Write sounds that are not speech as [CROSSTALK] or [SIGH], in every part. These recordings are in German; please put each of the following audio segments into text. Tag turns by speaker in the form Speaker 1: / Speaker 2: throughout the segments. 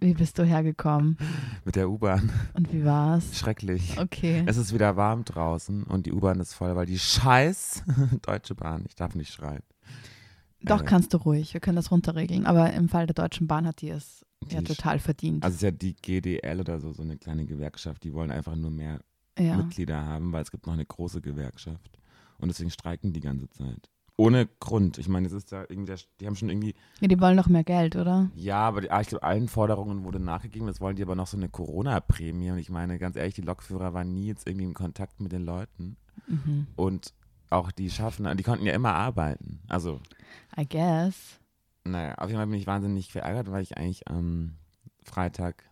Speaker 1: Wie bist du hergekommen?
Speaker 2: Mit der U-Bahn. [LAUGHS]
Speaker 1: Und wie war's?
Speaker 2: Schrecklich.
Speaker 1: Okay.
Speaker 2: Es ist wieder warm draußen und die U-Bahn ist voll, weil die scheiß [LAUGHS] Deutsche Bahn, ich darf nicht schreien,
Speaker 1: Doch,
Speaker 2: äh,
Speaker 1: kannst du ruhig. Wir können das runterregeln. Aber im Fall der Deutschen Bahn hat die es
Speaker 2: Die
Speaker 1: ja
Speaker 2: ist-
Speaker 1: total verdient.
Speaker 2: also es ist ja die GDL oder so, so eine kleine Gewerkschaft, die wollen einfach nur mehr
Speaker 1: ja.
Speaker 2: Mitglieder haben, weil es gibt noch eine große Gewerkschaft und deswegen streiken die ganze Zeit. Ohne Grund. Ich meine, es ist ja irgendwie, der, die haben schon irgendwie,
Speaker 1: ja, die wollen noch mehr Geld, oder?
Speaker 2: ja, aber die, ah, ich glaube, allen Forderungen wurde nachgegeben, jetzt wollen die aber noch so eine Corona-Prämie und ich meine, ganz ehrlich, die Lokführer waren nie jetzt irgendwie in Kontakt mit den Leuten
Speaker 1: Mhm.
Speaker 2: und auch die Schaffner, die konnten ja immer arbeiten. Also,
Speaker 1: I guess.
Speaker 2: naja, auf jeden Fall bin ich wahnsinnig verärgert, weil ich eigentlich am Freitag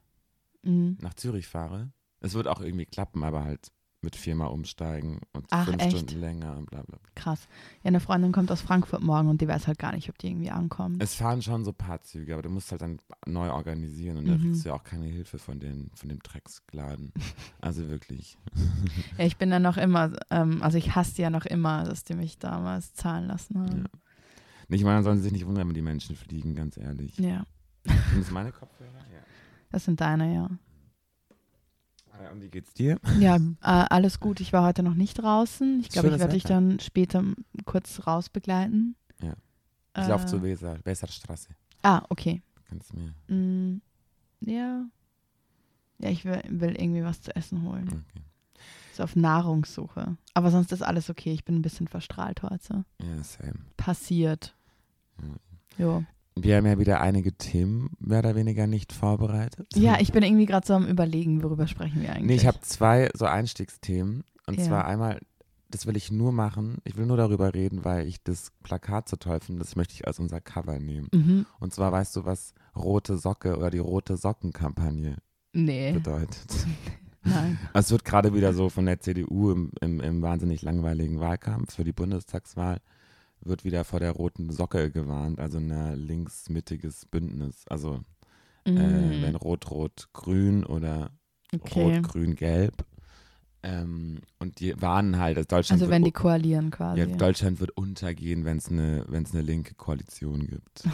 Speaker 1: Mhm.
Speaker 2: nach Zürich fahre. Es wird auch irgendwie klappen, aber halt mit viermal umsteigen und
Speaker 1: Ach,
Speaker 2: fünf
Speaker 1: echt?
Speaker 2: Stunden länger und bla bla bla.
Speaker 1: Krass. Ja, eine Freundin kommt aus Frankfurt morgen und die weiß halt gar nicht, ob die irgendwie ankommt.
Speaker 2: Es fahren schon so ein paar Züge, aber du musst halt dann neu organisieren und da
Speaker 1: Mhm.
Speaker 2: kriegst du ja auch keine Hilfe von, den, von dem Drecksgladen. Also wirklich.
Speaker 1: Ja, ich bin ja noch immer, ähm, also ich hasse ja noch immer, dass die mich damals zahlen lassen haben.
Speaker 2: Ich meine, sollen sie sich nicht wundern, wenn die Menschen fliegen, ganz ehrlich.
Speaker 1: Ja.
Speaker 2: Sind das meine Kopfhörer? Ja.
Speaker 1: Das sind deine, ja.
Speaker 2: Ah, Und wie geht's dir?
Speaker 1: Ja, äh, alles gut. Ich war heute noch nicht draußen. Ich glaube, ich
Speaker 2: Schönes
Speaker 1: werde dich
Speaker 2: Wetter.
Speaker 1: dann später m- kurz raus begleiten.
Speaker 2: Ja. Ich
Speaker 1: Äh,
Speaker 2: laufe zur Weser, Weserstraße.
Speaker 1: Ah, okay.
Speaker 2: Kannst du mir.
Speaker 1: Mm, ja. Ja, ich will, will irgendwie was zu essen holen.
Speaker 2: Okay.
Speaker 1: So auf Nahrungssuche. Aber sonst ist alles okay. Ich bin ein bisschen verstrahlt heute.
Speaker 2: Ja, same.
Speaker 1: Passiert.
Speaker 2: Mhm.
Speaker 1: Jo.
Speaker 2: Wir haben ja wieder einige Themen mehr oder weniger nicht vorbereitet.
Speaker 1: Ja, ich bin irgendwie gerade so am Überlegen, worüber sprechen wir
Speaker 2: [LAUGHS]
Speaker 1: eigentlich.
Speaker 2: Nee, ich habe zwei so Einstiegsthemen. Und
Speaker 1: Ja.
Speaker 2: zwar einmal, das will ich nur machen, ich will nur darüber reden, weil ich das Plakat so toll finde, das möchte ich als unser Cover nehmen.
Speaker 1: Mhm.
Speaker 2: Und zwar weißt du, was rote Socke oder die rote Sockenkampagne
Speaker 1: Nee,
Speaker 2: bedeutet. [LAUGHS] Also,
Speaker 1: nein.
Speaker 2: Es wird gerade wieder so von der CDU im, im, im wahnsinnig langweiligen Wahlkampf für die Bundestagswahl, wird wieder vor der roten Socke gewarnt, also ein linksmittiges Bündnis. Also [LAUGHS] äh,
Speaker 1: Mm,
Speaker 2: wenn rot-rot-grün oder
Speaker 1: okay.
Speaker 2: Rot-Grün-Gelb. Ähm, und die warnen halt, dass Deutschland,
Speaker 1: Also
Speaker 2: wird,
Speaker 1: wenn die koalieren quasi.
Speaker 2: ja, Deutschland wird untergehen, wenn es eine wenn's eine linke Koalition
Speaker 1: [LAUGHS]
Speaker 2: gibt.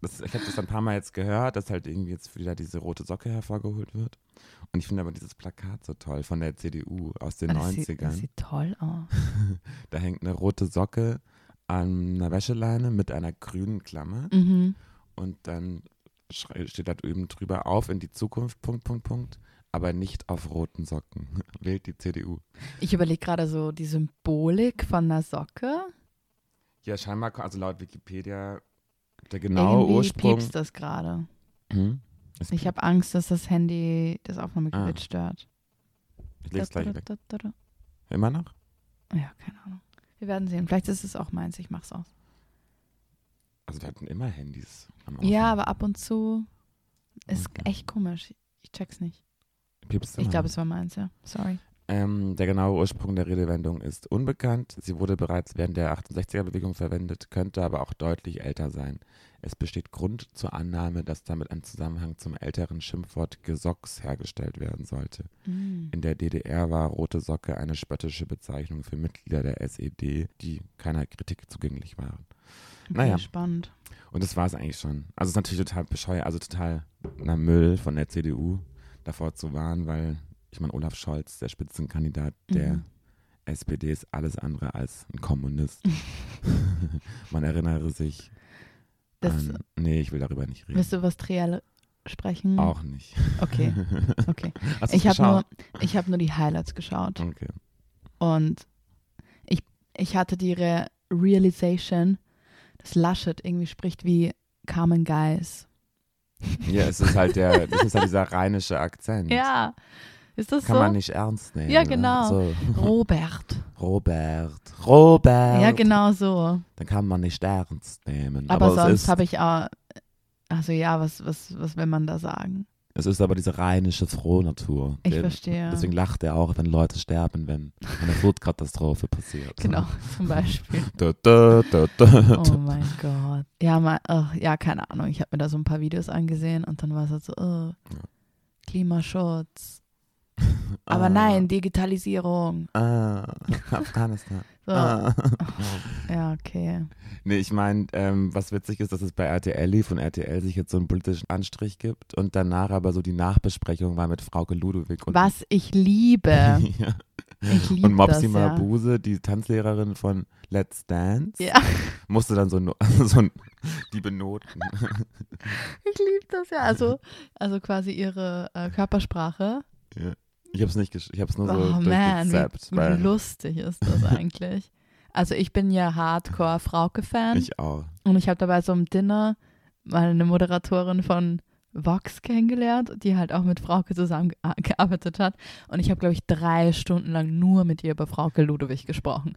Speaker 2: Das, ich habe das ein paar Mal jetzt gehört, dass halt irgendwie jetzt wieder diese rote Socke hervorgeholt wird. Und ich finde aber dieses Plakat so toll von der CDU aus den
Speaker 1: Ah, das Sieht,
Speaker 2: 90ern.
Speaker 1: das sieht toll aus.
Speaker 2: da hängt eine rote Socke an einer Wäscheleine mit einer grünen Klammer
Speaker 1: Mhm.
Speaker 2: und dann schrei- steht da drüben drüber auf in die Zukunft, Punkt, Punkt, Punkt, aber nicht auf roten Socken. [LAUGHS] Wählt die CDU.
Speaker 1: Ich überlege gerade so die Symbolik von einer Socke.
Speaker 2: Ja, scheinbar, ko- also laut Wikipedia, der genaue
Speaker 1: Irgendwie
Speaker 2: Genau, Ursprung.
Speaker 1: piepst das gerade.
Speaker 2: Hm? Es
Speaker 1: Ich
Speaker 2: piept.
Speaker 1: habe Angst, dass das Handy das Aufnahmegerät
Speaker 2: Ah.
Speaker 1: stört.
Speaker 2: ich leg's gleich weg.
Speaker 1: Da, da, da,
Speaker 2: Immer noch?
Speaker 1: da. Ja, keine Ahnung. Wir werden sehen. Vielleicht ist es auch meins. Ich mach's aus.
Speaker 2: Also wir hatten immer Handys. Am
Speaker 1: Ja, aber ab und zu ist
Speaker 2: Okay.
Speaker 1: echt komisch. Ich check's nicht.
Speaker 2: Piepst
Speaker 1: Ich
Speaker 2: immer
Speaker 1: glaube,
Speaker 2: noch.
Speaker 1: es war meins, ja. Sorry.
Speaker 2: ähm, der genaue Ursprung der Redewendung ist unbekannt. Sie wurde bereits während der 68er-Bewegung verwendet, könnte aber auch deutlich älter sein. Es besteht Grund zur Annahme, dass damit ein Zusammenhang zum älteren Schimpfwort Gesocks hergestellt werden sollte.
Speaker 1: Mm.
Speaker 2: In der DDR war rote Socke eine spöttische Bezeichnung für Mitglieder der SED, die keiner Kritik zugänglich waren.
Speaker 1: Okay,
Speaker 2: Naja.
Speaker 1: Spannend.
Speaker 2: Und das war es eigentlich schon. Also es ist natürlich total bescheuert, also total na Müll von der CDU davor zu warnen, weil ich meine, Olaf Scholz, der Spitzenkandidat der
Speaker 1: Mhm.
Speaker 2: SPD, ist alles andere als ein
Speaker 1: [LAUGHS]
Speaker 2: Kommunist. [LAUGHS] Man erinnere sich
Speaker 1: Das,
Speaker 2: an... Nee, ich will darüber nicht reden.
Speaker 1: willst du was Triell sprechen?
Speaker 2: Auch nicht. [LAUGHS]
Speaker 1: Okay, okay.
Speaker 2: Hast du's
Speaker 1: Ich habe nur,
Speaker 2: geschaut?
Speaker 1: ich hab nur die Highlights geschaut.
Speaker 2: Okay.
Speaker 1: Und ich, ich hatte die Re Realization, dass Laschet irgendwie spricht wie Carmen Geis.
Speaker 2: Ja, es ist halt der, das ist halt dieser rheinische Akzent.
Speaker 1: Ja, ist das
Speaker 2: Kann
Speaker 1: so?
Speaker 2: man nicht ernst nehmen.
Speaker 1: Ja,
Speaker 2: ne?
Speaker 1: genau.
Speaker 2: So.
Speaker 1: Robert.
Speaker 2: Robert, Robert.
Speaker 1: Ja, genau so.
Speaker 2: Dann kann man nicht ernst nehmen.
Speaker 1: Aber,
Speaker 2: es
Speaker 1: sonst
Speaker 2: ist,
Speaker 1: habe ich auch. Also ja, was, was, was will man da sagen?
Speaker 2: es ist aber diese rheinische Frohnatur.
Speaker 1: Ich
Speaker 2: Der-
Speaker 1: verstehe.
Speaker 2: Deswegen lacht er auch, wenn Leute sterben, wenn eine Flutkatastrophe passiert. [LAUGHS]
Speaker 1: Genau, [LAUGHS] zum Beispiel.
Speaker 2: Da, da, da, da.
Speaker 1: Oh mein Gott. Ja, mal, ach, ja, keine Ahnung. Ich habe mir da so ein paar Videos angesehen und dann war es halt so, oh,
Speaker 2: Ja.
Speaker 1: Klimaschutz, Aber
Speaker 2: Ah.
Speaker 1: nein, Digitalisierung.
Speaker 2: Ah,
Speaker 1: [LAUGHS]
Speaker 2: Afghanistan.
Speaker 1: So.
Speaker 2: Ah. [LAUGHS]
Speaker 1: Ja, okay.
Speaker 2: Nee, ich meine, ähm, was witzig ist, dass es bei RTL lief und RTL sich jetzt so einen politischen Anstrich gibt und danach aber so die Nachbesprechung war mit Frauke Ludowig und [LAUGHS]
Speaker 1: Was ich liebe.
Speaker 2: ja.
Speaker 1: Ich liebe
Speaker 2: und Mopsi
Speaker 1: das, ja.
Speaker 2: Mabuse, die Tanzlehrerin von Let's Dance,
Speaker 1: ja,
Speaker 2: musste dann so, no so ein- [LAUGHS] die benoten.
Speaker 1: [LAUGHS] ich liebe das ja. Also, also quasi ihre äh, Körpersprache.
Speaker 2: Ich hab's nicht, gesch ich hab's nur so
Speaker 1: oh man,
Speaker 2: durchgezappt,
Speaker 1: wie, wie
Speaker 2: weil
Speaker 1: lustig ist das eigentlich? Also ich bin ja Hardcore-Frauke-Fan
Speaker 2: ich auch.
Speaker 1: und ich habe dabei so einem Dinner mal eine Moderatorin von Vox kennengelernt, die halt auch mit Frauke zusammengearbeitet hat. Und ich habe, glaube ich, drei Stunden lang nur mit ihr über Frauke Ludowig gesprochen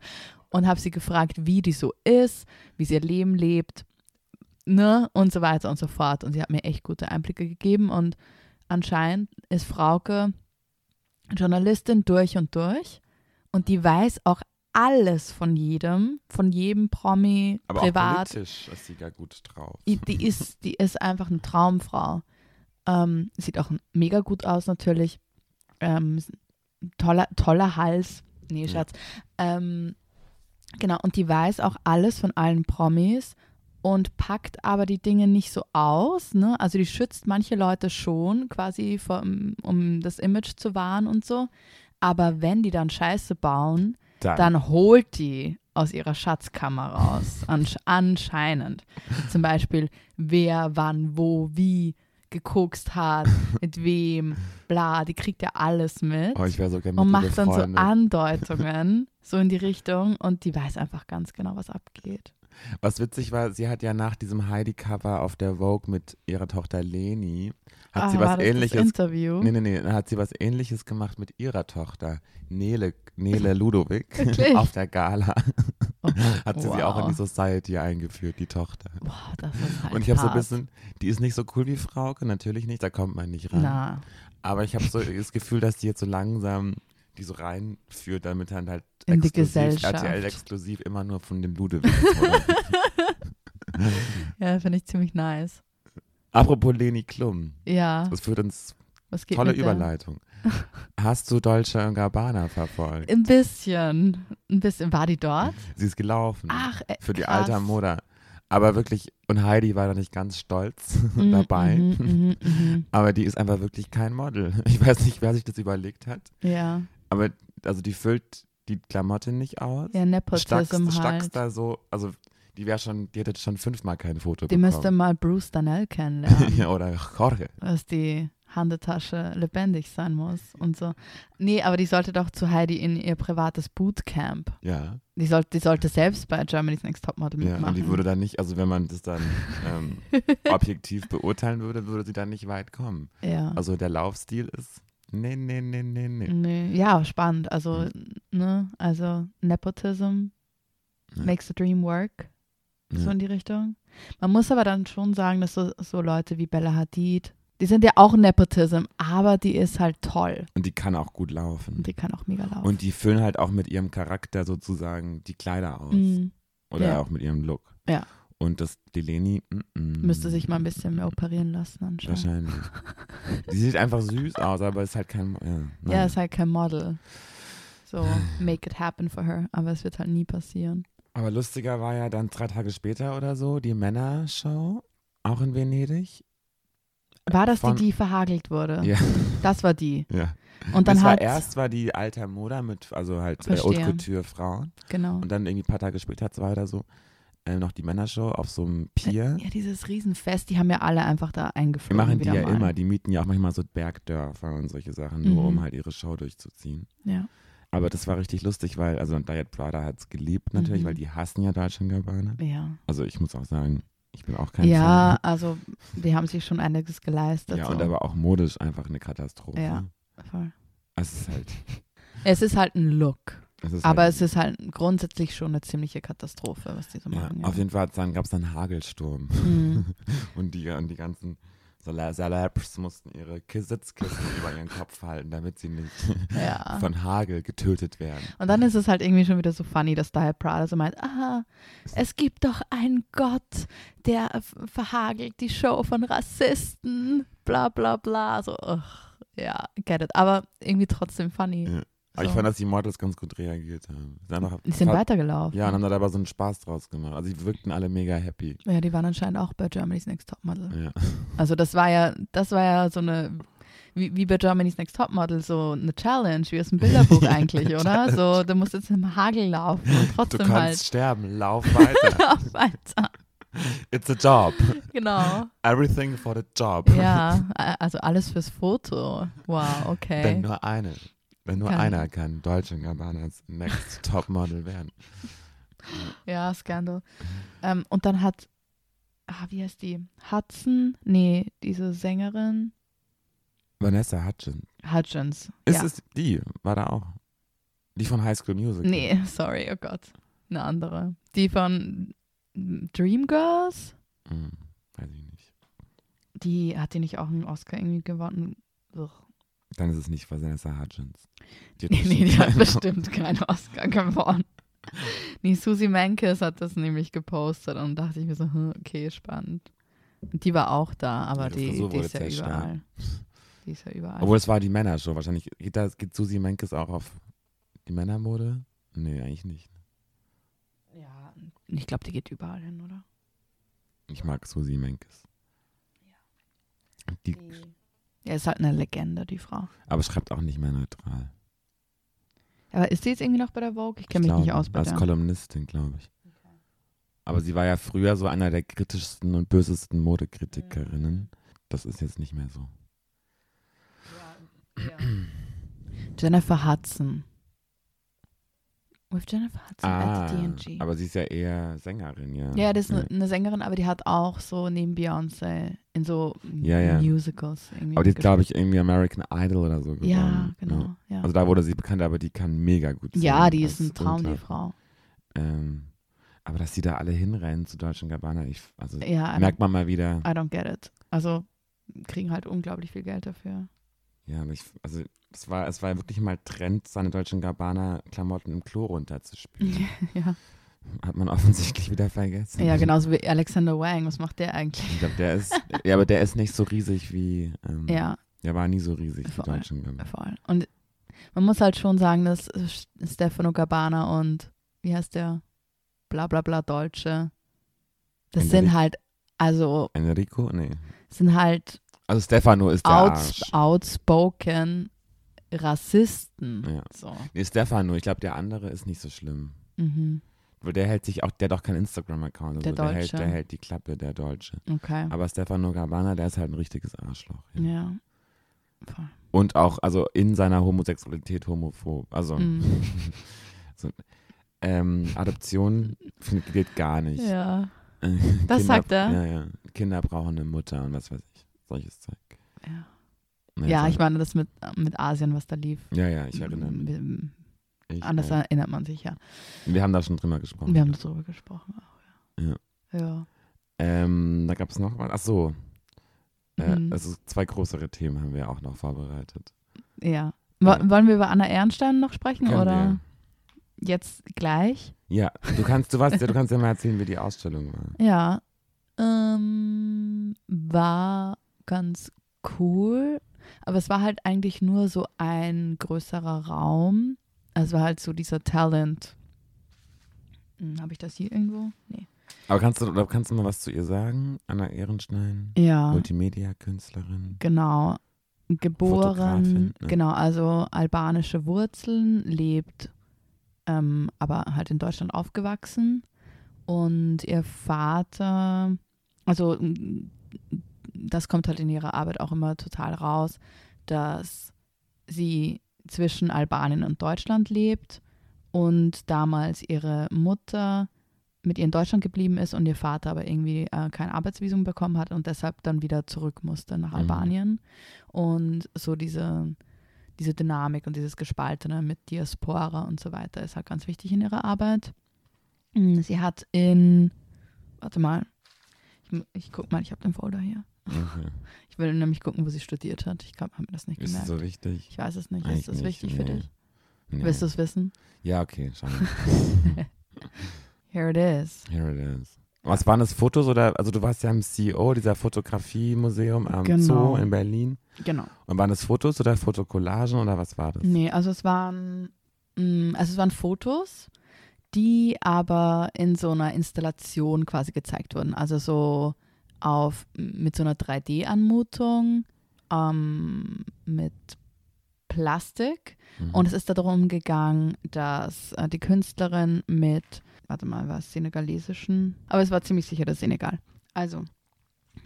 Speaker 1: und habe sie gefragt, wie die so ist, wie sie ihr Leben lebt, ne, und so weiter und so fort. Und sie hat mir echt gute Einblicke gegeben und anscheinend ist Frauke Journalistin durch und durch und die weiß auch alles von jedem, von jedem Promi,
Speaker 2: Aber auch
Speaker 1: privat.
Speaker 2: politisch ist sie gar gut drauf.
Speaker 1: I- Die ist, die ist einfach eine Traumfrau. Ähm, sieht auch mega gut aus natürlich. Ähm, s- toller, toller Hals. Nee,
Speaker 2: Ja.
Speaker 1: Schatz. Ähm, genau, und die weiß auch alles von allen Promis und packt aber die Dinge nicht so aus. Ne? Also die schützt manche Leute schon quasi, vom, um das Image zu wahren und so. Aber wenn die dann Scheiße bauen, dann holt die aus ihrer Schatzkammer raus. Ansch anscheinend. Zum Beispiel, wer, wann, wo, wie gekokst hat, mit wem, bla, die kriegt ja alles mit.
Speaker 2: oh, ich wäre so gerne mit
Speaker 1: und
Speaker 2: dir
Speaker 1: macht dann so
Speaker 2: befreundet.
Speaker 1: Andeutungen, so in die Richtung, und die weiß einfach ganz genau, was abgeht.
Speaker 2: Was witzig war, sie hat ja nach diesem Heidi-Cover auf der Vogue mit ihrer Tochter Leni, hat
Speaker 1: Ah,
Speaker 2: sie was
Speaker 1: war das Das
Speaker 2: ähnliches.
Speaker 1: Interview.
Speaker 2: Nee, nee, nee, dann hat sie was ähnliches gemacht mit ihrer Tochter, Nele,
Speaker 1: [LAUGHS]
Speaker 2: Nele Ludowig,
Speaker 1: Wirklich?
Speaker 2: auf der Gala.
Speaker 1: Oh,
Speaker 2: [LAUGHS] Hat sie
Speaker 1: wow.
Speaker 2: sie auch in die Society eingeführt, die Tochter.
Speaker 1: Boah, das ist halt
Speaker 2: Und ich habe so ein
Speaker 1: hart.
Speaker 2: bisschen, die ist nicht so cool wie Frauke, natürlich nicht, da kommt man nicht ran.
Speaker 1: Na,
Speaker 2: Aber ich habe so das Gefühl, dass die jetzt so langsam die so reinführt, damit dann halt
Speaker 1: In die
Speaker 2: exklusiv,
Speaker 1: Gesellschaft.
Speaker 2: RTL exklusiv immer nur von dem Ludewig. erzählt.
Speaker 1: [LAUGHS] ja, finde ich ziemlich nice.
Speaker 2: Apropos Leni Klum,
Speaker 1: Ja,
Speaker 2: das führt uns
Speaker 1: was geht
Speaker 2: Tolle
Speaker 1: mit der-
Speaker 2: Überleitung. Hast du Dolce Gabbana verfolgt?
Speaker 1: Ein bisschen, ein bisschen. War die dort?
Speaker 2: Sie ist gelaufen.
Speaker 1: Äh, Ach, äh,
Speaker 2: Mhm. für die
Speaker 1: krass.
Speaker 2: alte Moda. Aber wirklich, und Heidi war da nicht ganz stolz [LAUGHS] dabei.
Speaker 1: Mhm, mhm,
Speaker 2: [LAUGHS]
Speaker 1: mhm,
Speaker 2: Aber die ist einfach wirklich kein Model. [LAUGHS] Ich weiß nicht, wer sich das überlegt hat.
Speaker 1: mhm. Ja,
Speaker 2: Aber also die füllt die Klamotte nicht aus.
Speaker 1: ja
Speaker 2: Stackst,
Speaker 1: Nepotism
Speaker 2: stackst
Speaker 1: halt.
Speaker 2: da so, also die wäre schon, die hätte schon fünfmal kein Foto
Speaker 1: Die müsste
Speaker 2: bekommen.
Speaker 1: mal Bruce Danell kennenlernen,
Speaker 2: [LAUGHS] ja, oder Jorge.
Speaker 1: dass die Handetasche lebendig sein muss und so. Nee, aber die sollte doch zu Heidi in ihr privates Bootcamp.
Speaker 2: Ja.
Speaker 1: Die sollte, die sollte selbst bei Germany's Next Topmodel
Speaker 2: ja.
Speaker 1: mitmachen.
Speaker 2: Und die würde dann nicht, also wenn man das dann
Speaker 1: [LAUGHS]
Speaker 2: ähm, objektiv beurteilen würde, würde sie dann nicht weit kommen.
Speaker 1: ja.
Speaker 2: Also der Laufstil ist. Nee, nee, nee, nee, nee.
Speaker 1: nee. ja, spannend. Also,
Speaker 2: Mhm.
Speaker 1: ne, also Nepotism
Speaker 2: Ja.
Speaker 1: makes the dream work. so
Speaker 2: Ja.
Speaker 1: in die Richtung. Man muss aber dann schon sagen, dass so, so Leute wie Bella Hadid, die sind ja auch Nepotism, aber die ist halt toll
Speaker 2: Und die kann auch gut laufen.
Speaker 1: und die kann auch mega laufen.
Speaker 2: Mhm. Und die füllen halt auch mit ihrem Charakter sozusagen die Kleider aus.
Speaker 1: Mhm.
Speaker 2: Oder
Speaker 1: ja.
Speaker 2: auch mit ihrem Look.
Speaker 1: Ja.
Speaker 2: Und das Deleni
Speaker 1: müsste sich mal ein bisschen mehr operieren lassen anscheinend.
Speaker 2: mm. Mhm.
Speaker 1: [LAUGHS]
Speaker 2: Wahrscheinlich. die sieht einfach süß aus, aber ist halt kein. Ja,
Speaker 1: Ja,
Speaker 2: naja.
Speaker 1: ist halt kein Model.
Speaker 2: [SIGHS]
Speaker 1: So, make it happen for her, aber es wird halt nie passieren.
Speaker 2: Aber lustiger war ja dann drei Tage später oder so die Männershow, auch in Venedig.
Speaker 1: War das
Speaker 2: Von-
Speaker 1: die, die verhagelt wurde?
Speaker 2: Ja. [LAUGHS]
Speaker 1: Das war die.
Speaker 2: ja.
Speaker 1: Und dann
Speaker 2: das war
Speaker 1: hat
Speaker 2: erst war die Alter Moda mit, also halt äh, Haute
Speaker 1: Verstehe.
Speaker 2: Couture Frauen.
Speaker 1: genau.
Speaker 2: Und dann irgendwie ein paar Tage später, zwei oder so, äh, noch die Männershow auf so einem Pier.
Speaker 1: Äh, Ja, dieses Riesenfest, die haben ja alle einfach da
Speaker 2: Wir
Speaker 1: eingeflogen.
Speaker 2: machen die
Speaker 1: wieder
Speaker 2: ja
Speaker 1: mal.
Speaker 2: immer. Die mieten ja auch manchmal so Bergdörfer und solche Sachen, nur
Speaker 1: Mhm.
Speaker 2: um halt ihre Show durchzuziehen.
Speaker 1: Ja.
Speaker 2: Aber das war richtig lustig, weil, also Diet Prada hat es geliebt natürlich,
Speaker 1: Mhm.
Speaker 2: weil die hassen ja Deutsche Gabbana.
Speaker 1: ja.
Speaker 2: Also ich muss auch sagen, ich bin auch kein
Speaker 1: ja, also die haben sich schon einiges geleistet.
Speaker 2: Fan. Ja,
Speaker 1: so.
Speaker 2: und aber auch modisch einfach eine Katastrophe.
Speaker 1: Ja. Voll.
Speaker 2: Es ist halt.
Speaker 1: Es ist halt ein Look,
Speaker 2: Es ist
Speaker 1: aber
Speaker 2: halt,
Speaker 1: es ist halt grundsätzlich schon eine ziemliche Katastrophe, was die so
Speaker 2: ja,
Speaker 1: machen.
Speaker 2: Auf jeden Fall gab es dann Hagelsturm. [LAUGHS]
Speaker 1: Mhm.
Speaker 2: und, die, und die ganzen Sala- Salabs mussten ihre Ki- Sitzkissen
Speaker 1: [LAUGHS]
Speaker 2: über ihren Kopf halten, damit sie nicht
Speaker 1: ja.
Speaker 2: von Hagel getötet werden.
Speaker 1: Ah. Und dann ist es halt irgendwie schon wieder so funny, dass Dial Prada so meint, aha, es gibt doch einen Gott, der f- verhagelt die Show von Rassisten, bla bla bla. So, ugh, ja, get it. Aber irgendwie trotzdem funny.
Speaker 2: Ja. Aber ich
Speaker 1: So.
Speaker 2: fand, dass die Models ganz gut reagiert haben. Sind einfach
Speaker 1: Die sind
Speaker 2: fa-
Speaker 1: weitergelaufen.
Speaker 2: Ja, und haben da aber so einen Spaß draus gemacht. Also die wirkten alle mega happy.
Speaker 1: Ja, die waren anscheinend auch bei Germany's Next Topmodel.
Speaker 2: Ja.
Speaker 1: Also das war ja, das war ja so eine, wie, wie bei Germany's Next Topmodel, so eine Challenge, wie aus
Speaker 2: [LAUGHS]
Speaker 1: dem Bilderbuch eigentlich, oder? So, du musst jetzt im Hagel laufen und
Speaker 2: Du
Speaker 1: trotzdem
Speaker 2: kannst
Speaker 1: halt
Speaker 2: sterben, lauf weiter.
Speaker 1: [LAUGHS] auf weiter.
Speaker 2: It's a job.
Speaker 1: Genau.
Speaker 2: Everything for the job.
Speaker 1: Ja, a- also alles fürs Foto. Wow,
Speaker 2: Wenn
Speaker 1: okay.
Speaker 2: nur eine, wenn nur
Speaker 1: Äh. Kann-
Speaker 2: einer kann Deutsche Gabbana's
Speaker 1: [LAUGHS]
Speaker 2: Next Topmodel werden.
Speaker 1: Ja, Scandal. Ähm, und dann hat, ah, wie heißt die? Hudson? Nee, diese Sängerin.
Speaker 2: Vanessa Hudgens.
Speaker 1: Hudgens.
Speaker 2: Ist
Speaker 1: ja.
Speaker 2: es die? War da auch. Die von High School Musical.
Speaker 1: Nee, [LAUGHS] sorry, oh Gott. Eine andere. Die von Dreamgirls?
Speaker 2: Hm, weiß ich nicht.
Speaker 1: Die hat die nicht auch einen Oscar irgendwie gewonnen? Ugh.
Speaker 2: Dann ist es nicht Vanessa Hudgens. Die
Speaker 1: [LAUGHS] Nee, nee, die hat
Speaker 2: keinen-
Speaker 1: bestimmt keinen Oscar gewonnen. Nee, Susie Menkes hat das nämlich gepostet und dachte ich mir so, hm, okay, spannend. Und die war auch da, aber
Speaker 2: Ja, die
Speaker 1: die,
Speaker 2: Frisur
Speaker 1: die
Speaker 2: wurde
Speaker 1: ist ja
Speaker 2: zerschlagen.
Speaker 1: überall. Die ist ja
Speaker 2: [LAUGHS]
Speaker 1: überall.
Speaker 2: Obwohl es war die Männershow. Wahrscheinlich geht, da, geht Susi Menkes auch auf die Männermode? Nee, eigentlich nicht.
Speaker 1: ja, ich glaube, die geht überall hin, oder?
Speaker 2: Ich mag Susi Menkes. Die,
Speaker 1: Ja, ist halt eine Legende, die Frau.
Speaker 2: aber schreibt auch nicht mehr neutral.
Speaker 1: Aber ist sie jetzt irgendwie noch bei der Vogue? Ich kenne mich
Speaker 2: glaube,
Speaker 1: nicht aus bei
Speaker 2: Als
Speaker 1: der.
Speaker 2: Kolumnistin, glaube ich. Aber sie war ja früher so einer der kritischsten und bösesten
Speaker 1: Mhm.
Speaker 2: Modekritikerinnen. Das ist jetzt nicht mehr so.
Speaker 1: Jennifer Hudson. With Jennifer Hudson at DNG.
Speaker 2: Ah, aber sie ist ja eher Sängerin, ja.
Speaker 1: Ja, das ist eine, eine Sängerin, aber die hat auch so neben Beyoncé in so
Speaker 2: Ja, ja.
Speaker 1: Musicals irgendwie.
Speaker 2: Aber die hat, glaube ich, irgendwie American Idol oder so gewonnen.
Speaker 1: gespielt. Ja, genau. Ja,
Speaker 2: Also da wurde sie bekannt, aber die halt kann mega gut singen.
Speaker 1: ja die
Speaker 2: Das
Speaker 1: ist ein Traum, die
Speaker 2: unglaublich.
Speaker 1: Frau.
Speaker 2: Ähm, aber dass die da alle hinrennen zu Deutschen Gabbana, ich, also
Speaker 1: Ja, I don't,
Speaker 2: merkt man mal wieder.
Speaker 1: I don't get it. Also kriegen halt unglaublich viel Geld dafür.
Speaker 2: Ja, aber ich, also es war, es war wirklich mal Trend, seine Deutschen Gabbana-Klamotten im Klo runterzuspielen.
Speaker 1: [LAUGHS] ja.
Speaker 2: Hat man [LAUGHS] offensichtlich wieder vergessen.
Speaker 1: ja, genau. genauso wie Alexander Wang. Was macht der eigentlich?
Speaker 2: Ich glaube, der
Speaker 1: [LAUGHS]
Speaker 2: ist, ja, aber der ist nicht so riesig wie, ähm,
Speaker 1: Ja,
Speaker 2: der war nie so riesig wie
Speaker 1: Voll.
Speaker 2: Deutschen Gabbana.
Speaker 1: voll. Und man muss halt schon sagen, dass Stefano Gabbana und wie heißt der? Bla bla bla Deutsche. Das sind
Speaker 2: Enrico.
Speaker 1: halt, also
Speaker 2: Enrico? Nee.
Speaker 1: sind halt
Speaker 2: Also Stefano ist der
Speaker 1: outs
Speaker 2: Arsch.
Speaker 1: outspoken Rassisten.
Speaker 2: Ja.
Speaker 1: So.
Speaker 2: Nee, Stefano, ich glaube, der andere ist nicht so schlimm.
Speaker 1: Mhm.
Speaker 2: Weil der hält sich auch, der hat auch keinen Instagram-Account. Also
Speaker 1: Der
Speaker 2: der, hält,
Speaker 1: Deutsche.
Speaker 2: der hält die Klappe, der Deutsche.
Speaker 1: Okay.
Speaker 2: Aber Stefano Gabbana, der ist halt ein richtiges Arschloch. ja.
Speaker 1: ja. Voll.
Speaker 2: Und auch, also in seiner Homosexualität homophob. Also,
Speaker 1: Mhm.
Speaker 2: so, ähm, Adoption [LAUGHS] find- geht gar nicht.
Speaker 1: Ja.
Speaker 2: Äh,
Speaker 1: Das sagt er?
Speaker 2: Ja, ja. Kinder brauchen eine Mutter und was weiß ich. Solches Zeug.
Speaker 1: Ja.
Speaker 2: Naja,
Speaker 1: ja,
Speaker 2: so-
Speaker 1: ich meine, das mit, mit Asien, was da lief.
Speaker 2: Ja, ja, ich erinnere mich.
Speaker 1: M-
Speaker 2: Ich, äh, Oh,
Speaker 1: Anders erinnert man sich ja.
Speaker 2: wir haben da schon drüber gesprochen.
Speaker 1: Wir haben darüber gesprochen auch, ja. Ja.
Speaker 2: Ähm, da gab es noch was. Ach so. Äh,
Speaker 1: Mhm.
Speaker 2: Also zwei größere Themen haben wir auch noch vorbereitet.
Speaker 1: ja. Wo-
Speaker 2: Ja.
Speaker 1: Wollen wir über Anna Ehrenstein noch sprechen
Speaker 2: Können
Speaker 1: oder jetzt gleich?
Speaker 2: wir. Ja, du kannst, du warst, ja, du kannst ja mal erzählen, wie die Ausstellung war.
Speaker 1: Ja. Ähm, war ganz cool. Aber es war halt eigentlich nur so ein größerer Raum. Es war halt so dieser Talent. Hm, Habe ich das hier irgendwo? Nee.
Speaker 2: Aber kannst du, oder kannst du mal was zu ihr sagen, Anna Ehrenstein?
Speaker 1: Ja,
Speaker 2: Multimedia-Künstlerin.
Speaker 1: genau. Geboren,
Speaker 2: Fotografin, ne?
Speaker 1: genau, also albanische Wurzeln, lebt, ähm, aber halt in Deutschland aufgewachsen. Und ihr Vater, also m, das kommt halt in ihrer Arbeit auch immer total raus, dass sie zwischen Albanien und Deutschland lebt und damals ihre Mutter mit ihr in Deutschland geblieben ist und ihr Vater aber irgendwie äh, kein Arbeitsvisum bekommen hat und deshalb dann wieder zurück musste nach
Speaker 2: Mhm.
Speaker 1: Albanien. Und so diese, diese Dynamik und dieses Gespaltene mit Diaspora und so weiter ist halt ganz wichtig in ihrer Arbeit. Mm, Sie hat in, warte mal, ich, mu- ich guck mal, ich habe den Folder hier.
Speaker 2: Okay.
Speaker 1: Ich will nämlich gucken, wo sie studiert hat. Ich habe mir das nicht
Speaker 2: Ist das
Speaker 1: gemerkt.
Speaker 2: so wichtig?
Speaker 1: Ich weiß es nicht.
Speaker 2: Eigentlich
Speaker 1: ist das wichtig
Speaker 2: nicht,
Speaker 1: für
Speaker 2: nee.
Speaker 1: dich?
Speaker 2: Nee.
Speaker 1: Willst du es wissen?
Speaker 2: Ja, okay, schau mal.
Speaker 1: Here it is.
Speaker 2: Here it is. Was waren das Fotos oder, also du warst ja im CEO dieser Fotografiemuseum am
Speaker 1: Genau.
Speaker 2: Zoo in Berlin.
Speaker 1: Genau.
Speaker 2: Und waren das Fotos oder Fotokollagen oder was war das?
Speaker 1: Nee, also es waren, mm, also es waren Fotos, die aber in so einer Installation quasi gezeigt wurden. Also so auf mit so einer 3D-Anmutung, ähm, mit Plastik.
Speaker 2: Mhm.
Speaker 1: Und es ist darum gegangen, dass äh, die Künstlerin mit, warte mal, war es senegalesischen, aber es war ziemlich sicher das Senegal. Also,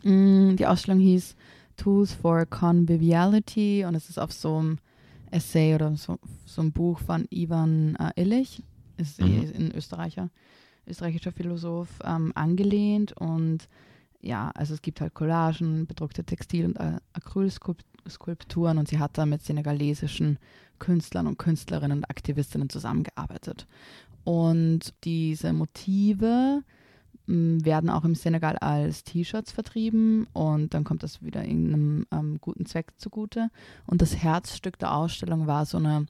Speaker 1: mh, die Ausstellung hieß Tools for Conviviality und es ist auf so einem Essay oder so, so einem Buch von Ivan äh, Illich, ist eh
Speaker 2: Mhm.
Speaker 1: ein Österreicher, österreichischer Philosoph, ähm, angelehnt und ja, also es gibt halt Collagen, bedruckte Textil- und äh, Acrylskulpturen und sie hat da mit senegalesischen Künstlern und Künstlerinnen und Aktivistinnen zusammengearbeitet. Und diese Motive m, werden auch im Senegal als T-Shirts vertrieben und dann kommt das wieder irgendeinem ähm, guten Zweck zugute. Und das Herzstück der Ausstellung war so eine,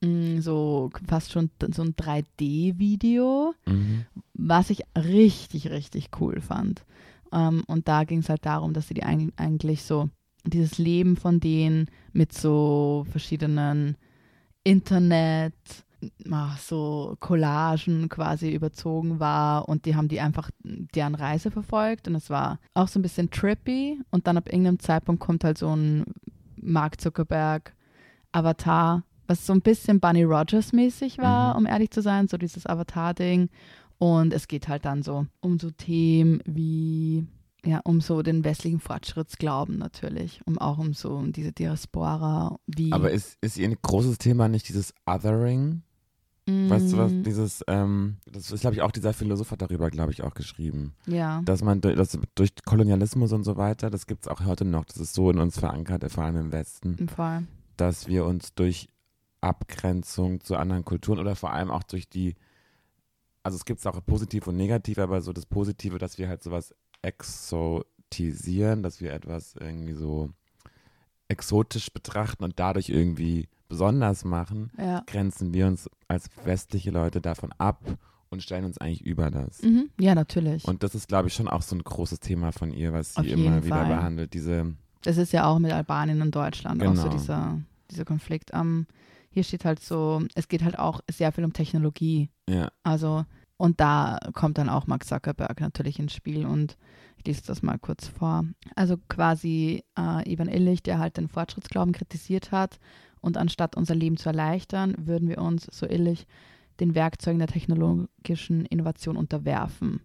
Speaker 1: m, so fast schon d- so ein 3D-Video,
Speaker 2: Mhm.
Speaker 1: was ich richtig, richtig cool fand. Ähm, und da ging es halt darum, dass sie die eig- eigentlich so dieses Leben von denen mit so verschiedenen Internet, ah, so Collagen quasi überzogen war und die haben die einfach deren Reise verfolgt und es war auch so ein bisschen trippy und dann ab irgendeinem Zeitpunkt kommt halt so ein Mark Zuckerberg Avatar, was so ein bisschen Bunny Rogers mäßig war,
Speaker 2: Mhm.
Speaker 1: um ehrlich zu sein, so dieses Avatar-Ding und es geht halt dann so um so Themen wie ja, um so den westlichen Fortschrittsglauben natürlich, um auch um so um diese Diaspora, wie
Speaker 2: Aber ist, ist ihr großes Thema nicht dieses Othering? Weißt du was,
Speaker 1: Mm,
Speaker 2: dieses, ähm, das ist, glaube ich, auch dieser Philosoph hat darüber, glaube ich, auch geschrieben.
Speaker 1: Mhm, Ja.
Speaker 2: Dass man durch, dass durch Kolonialismus und so weiter, das gibt es auch heute noch, das ist so in uns verankert, vor allem im Westen,
Speaker 1: Im Fall.
Speaker 2: dass wir uns durch Abgrenzung zu anderen Kulturen oder vor allem auch durch die, also es gibt es auch positiv und negativ, aber so das Positive, dass wir halt sowas exotisieren, dass wir etwas irgendwie so exotisch betrachten und dadurch irgendwie besonders machen,
Speaker 1: Ja.
Speaker 2: grenzen wir uns als westliche Leute davon ab und stellen uns eigentlich über das.
Speaker 1: Mhm. Ja, natürlich.
Speaker 2: Und das ist, glaube ich, schon auch so ein großes Thema von ihr, was
Speaker 1: Auf
Speaker 2: sie immer
Speaker 1: jeden
Speaker 2: wieder
Speaker 1: Fall.
Speaker 2: behandelt. Diese,
Speaker 1: das ist ja auch mit Albanien und Deutschland auch so
Speaker 2: Genau.
Speaker 1: dieser, dieser Konflikt. Ähm, hier steht halt so, es geht halt auch sehr viel um Technologie.
Speaker 2: ja,
Speaker 1: Also, und da kommt dann auch Mark Zuckerberg natürlich ins Spiel und ich lese das mal kurz vor. Also quasi äh, Ivan Illich, der halt den Fortschrittsglauben kritisiert hat und anstatt unser Leben zu erleichtern, würden wir uns, so Illich, den Werkzeugen der technologischen Innovation unterwerfen.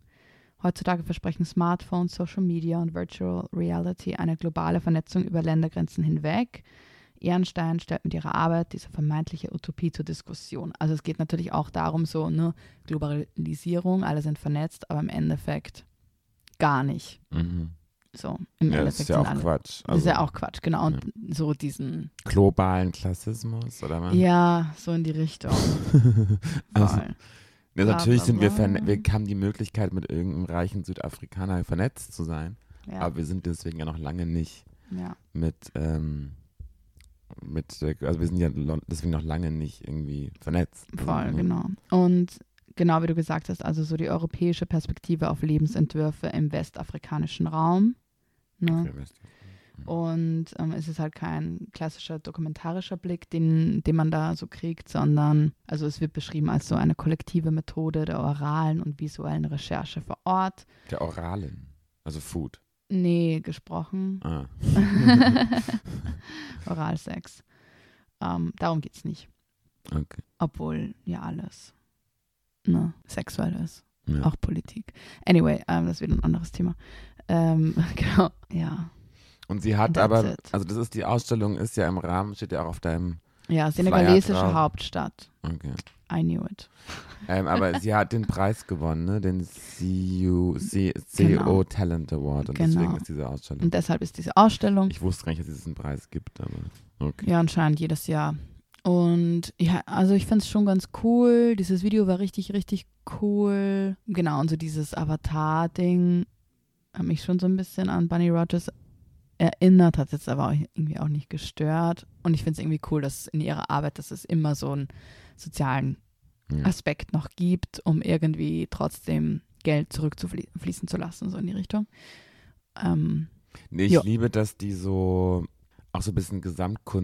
Speaker 1: Heutzutage versprechen Smartphones, Social Media und Virtual Reality eine globale Vernetzung über Ländergrenzen hinweg. Ehrenstein stellt mit ihrer Arbeit diese vermeintliche Utopie zur Diskussion. Also es geht natürlich auch darum, so ne, Globalisierung, alle sind vernetzt, aber im Endeffekt gar nicht.
Speaker 2: mhm.
Speaker 1: So, im
Speaker 2: ja das
Speaker 1: Endeffekt
Speaker 2: ist ja
Speaker 1: sind
Speaker 2: auch
Speaker 1: alle.
Speaker 2: Quatsch.
Speaker 1: das ist
Speaker 2: Also-
Speaker 1: ja auch Quatsch, genau. Und so diesen,
Speaker 2: globalen Klassismus oder was?
Speaker 1: ja, so in die Richtung.
Speaker 2: [LAUGHS] Also,
Speaker 1: Voll.
Speaker 2: ja, natürlich sind wir,
Speaker 1: bla, bla,
Speaker 2: verne-
Speaker 1: bla.
Speaker 2: wir haben die Möglichkeit, mit irgendeinem reichen Südafrikaner vernetzt zu sein,
Speaker 1: Ja,
Speaker 2: aber wir sind deswegen ja noch lange nicht
Speaker 1: ja,
Speaker 2: mit, ähm, mit der, also wir sind ja lo- deswegen noch lange nicht irgendwie vernetzt.
Speaker 1: voll,
Speaker 2: Also,
Speaker 1: genau. Und genau wie du gesagt hast, also so die europäische Perspektive auf Lebensentwürfe im westafrikanischen Raum. Ne?
Speaker 2: okay, Mist.
Speaker 1: Und ähm, es ist halt kein klassischer dokumentarischer Blick, den, den man da so kriegt, sondern also es wird beschrieben als so eine kollektive Methode der oralen und visuellen Recherche vor Ort.
Speaker 2: Der Oralen, also Food.
Speaker 1: Nee, gesprochen.
Speaker 2: Ah.
Speaker 1: Oralsex. Ähm, darum geht es nicht.
Speaker 2: Okay.
Speaker 1: Obwohl ja alles ne, sexuell ist.
Speaker 2: Ja.
Speaker 1: Auch Politik. Anyway, ähm, das wird ein anderes Thema. Ähm, [LAUGHS] genau. Ja.
Speaker 2: Und sie hat
Speaker 1: That's
Speaker 2: aber,
Speaker 1: it.
Speaker 2: also das ist die Ausstellung, ist ja im Rahmen, steht ja auch auf deinem,
Speaker 1: Ja, senegalesische
Speaker 2: drauf.
Speaker 1: Hauptstadt.
Speaker 2: okay.
Speaker 1: I knew it.
Speaker 2: Ähm, aber sie hat den Preis gewonnen, ne? den CU, C, CO
Speaker 1: Genau.
Speaker 2: Talent Award. Und
Speaker 1: Genau.
Speaker 2: deswegen ist diese Ausstellung.
Speaker 1: Und deshalb ist diese Ausstellung
Speaker 2: Ich wusste gar nicht, dass es diesen Preis gibt, aber okay.
Speaker 1: Ja, anscheinend jedes Jahr. Und ja, also ich fand es schon ganz cool. Dieses Video war richtig, richtig cool. Genau, und so dieses Avatar-Ding hat mich schon so ein bisschen an Bunny Rogers erinnert, hat jetzt aber auch irgendwie auch nicht gestört. Und ich finde es irgendwie cool, dass in ihrer Arbeit, dass es immer so einen sozialen
Speaker 2: Ja.
Speaker 1: Aspekt noch gibt, um irgendwie trotzdem Geld zurückzufließen zu lassen, so in die Richtung. Ähm,
Speaker 2: Nee, ich
Speaker 1: Ja.
Speaker 2: liebe, dass die so auch so ein bisschen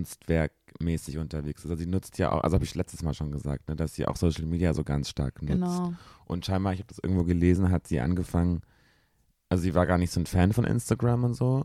Speaker 2: Gesamtkunstwerkmäßig unterwegs ist. Also sie nutzt ja auch, also habe ich letztes Mal schon gesagt, ne, dass sie auch Social Media so ganz stark nutzt.
Speaker 1: genau.
Speaker 2: Und scheinbar, ich habe das irgendwo gelesen, hat sie angefangen, also sie war gar nicht so ein Fan von Instagram und so.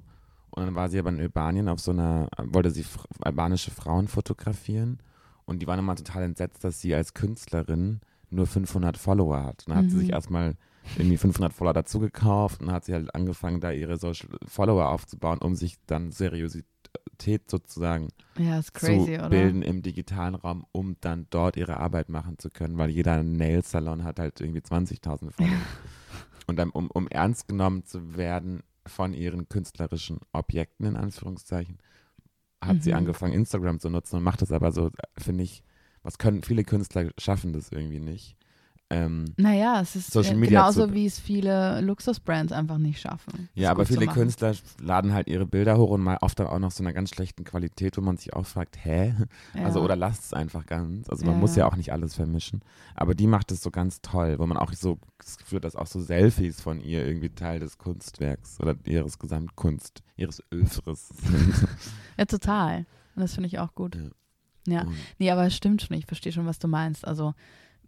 Speaker 2: Und dann war sie aber in Albanien auf so einer, wollte sie fr- albanische Frauen fotografieren. Und die waren immer total entsetzt, dass sie als Künstlerin nur 500 Follower hat. Und dann hat sie
Speaker 1: Mhm.
Speaker 2: sich erstmal irgendwie 500 Follower dazu gekauft und hat sie halt angefangen, da ihre Social Follower aufzubauen, um sich dann Seriosität sozusagen
Speaker 1: Ja, ist crazy,
Speaker 2: zu
Speaker 1: oder?
Speaker 2: bilden im digitalen Raum, um dann dort ihre Arbeit machen zu können, weil jeder Nail-Salon hat halt irgendwie 20.000 Follower.
Speaker 1: [LAUGHS]
Speaker 2: Und dann, um, um ernst genommen zu werden von ihren künstlerischen Objekten, in Anführungszeichen, hat sie
Speaker 1: Mhm.
Speaker 2: angefangen, Instagram zu nutzen und macht das aber so, finde ich, was können viele Künstler schaffen das irgendwie nicht. Ähm,
Speaker 1: Naja, es ist
Speaker 2: Social
Speaker 1: äh,
Speaker 2: Media
Speaker 1: genauso,
Speaker 2: zu-
Speaker 1: wie es viele Luxusbrands einfach nicht schaffen. es
Speaker 2: ja, aber
Speaker 1: gut zu
Speaker 2: viele
Speaker 1: machen.
Speaker 2: Künstler laden halt ihre Bilder hoch und mal oft dann auch noch so einer ganz schlechten Qualität, wo man sich auch fragt, hä?
Speaker 1: Ja.
Speaker 2: Also oder lasst es einfach ganz. Also man
Speaker 1: Ja,
Speaker 2: muss ja
Speaker 1: ja.
Speaker 2: auch nicht alles vermischen. Aber die macht es so ganz toll, wo man auch so das Gefühl hat, dass auch so Selfies von ihr irgendwie Teil des Kunstwerks oder ihres Gesamtkunst, ihres Öfres sind.
Speaker 1: Ja, total. Und das finde ich auch gut. Ja.
Speaker 2: Und
Speaker 1: Nee, aber es stimmt schon. Ich verstehe schon, was du meinst. Also,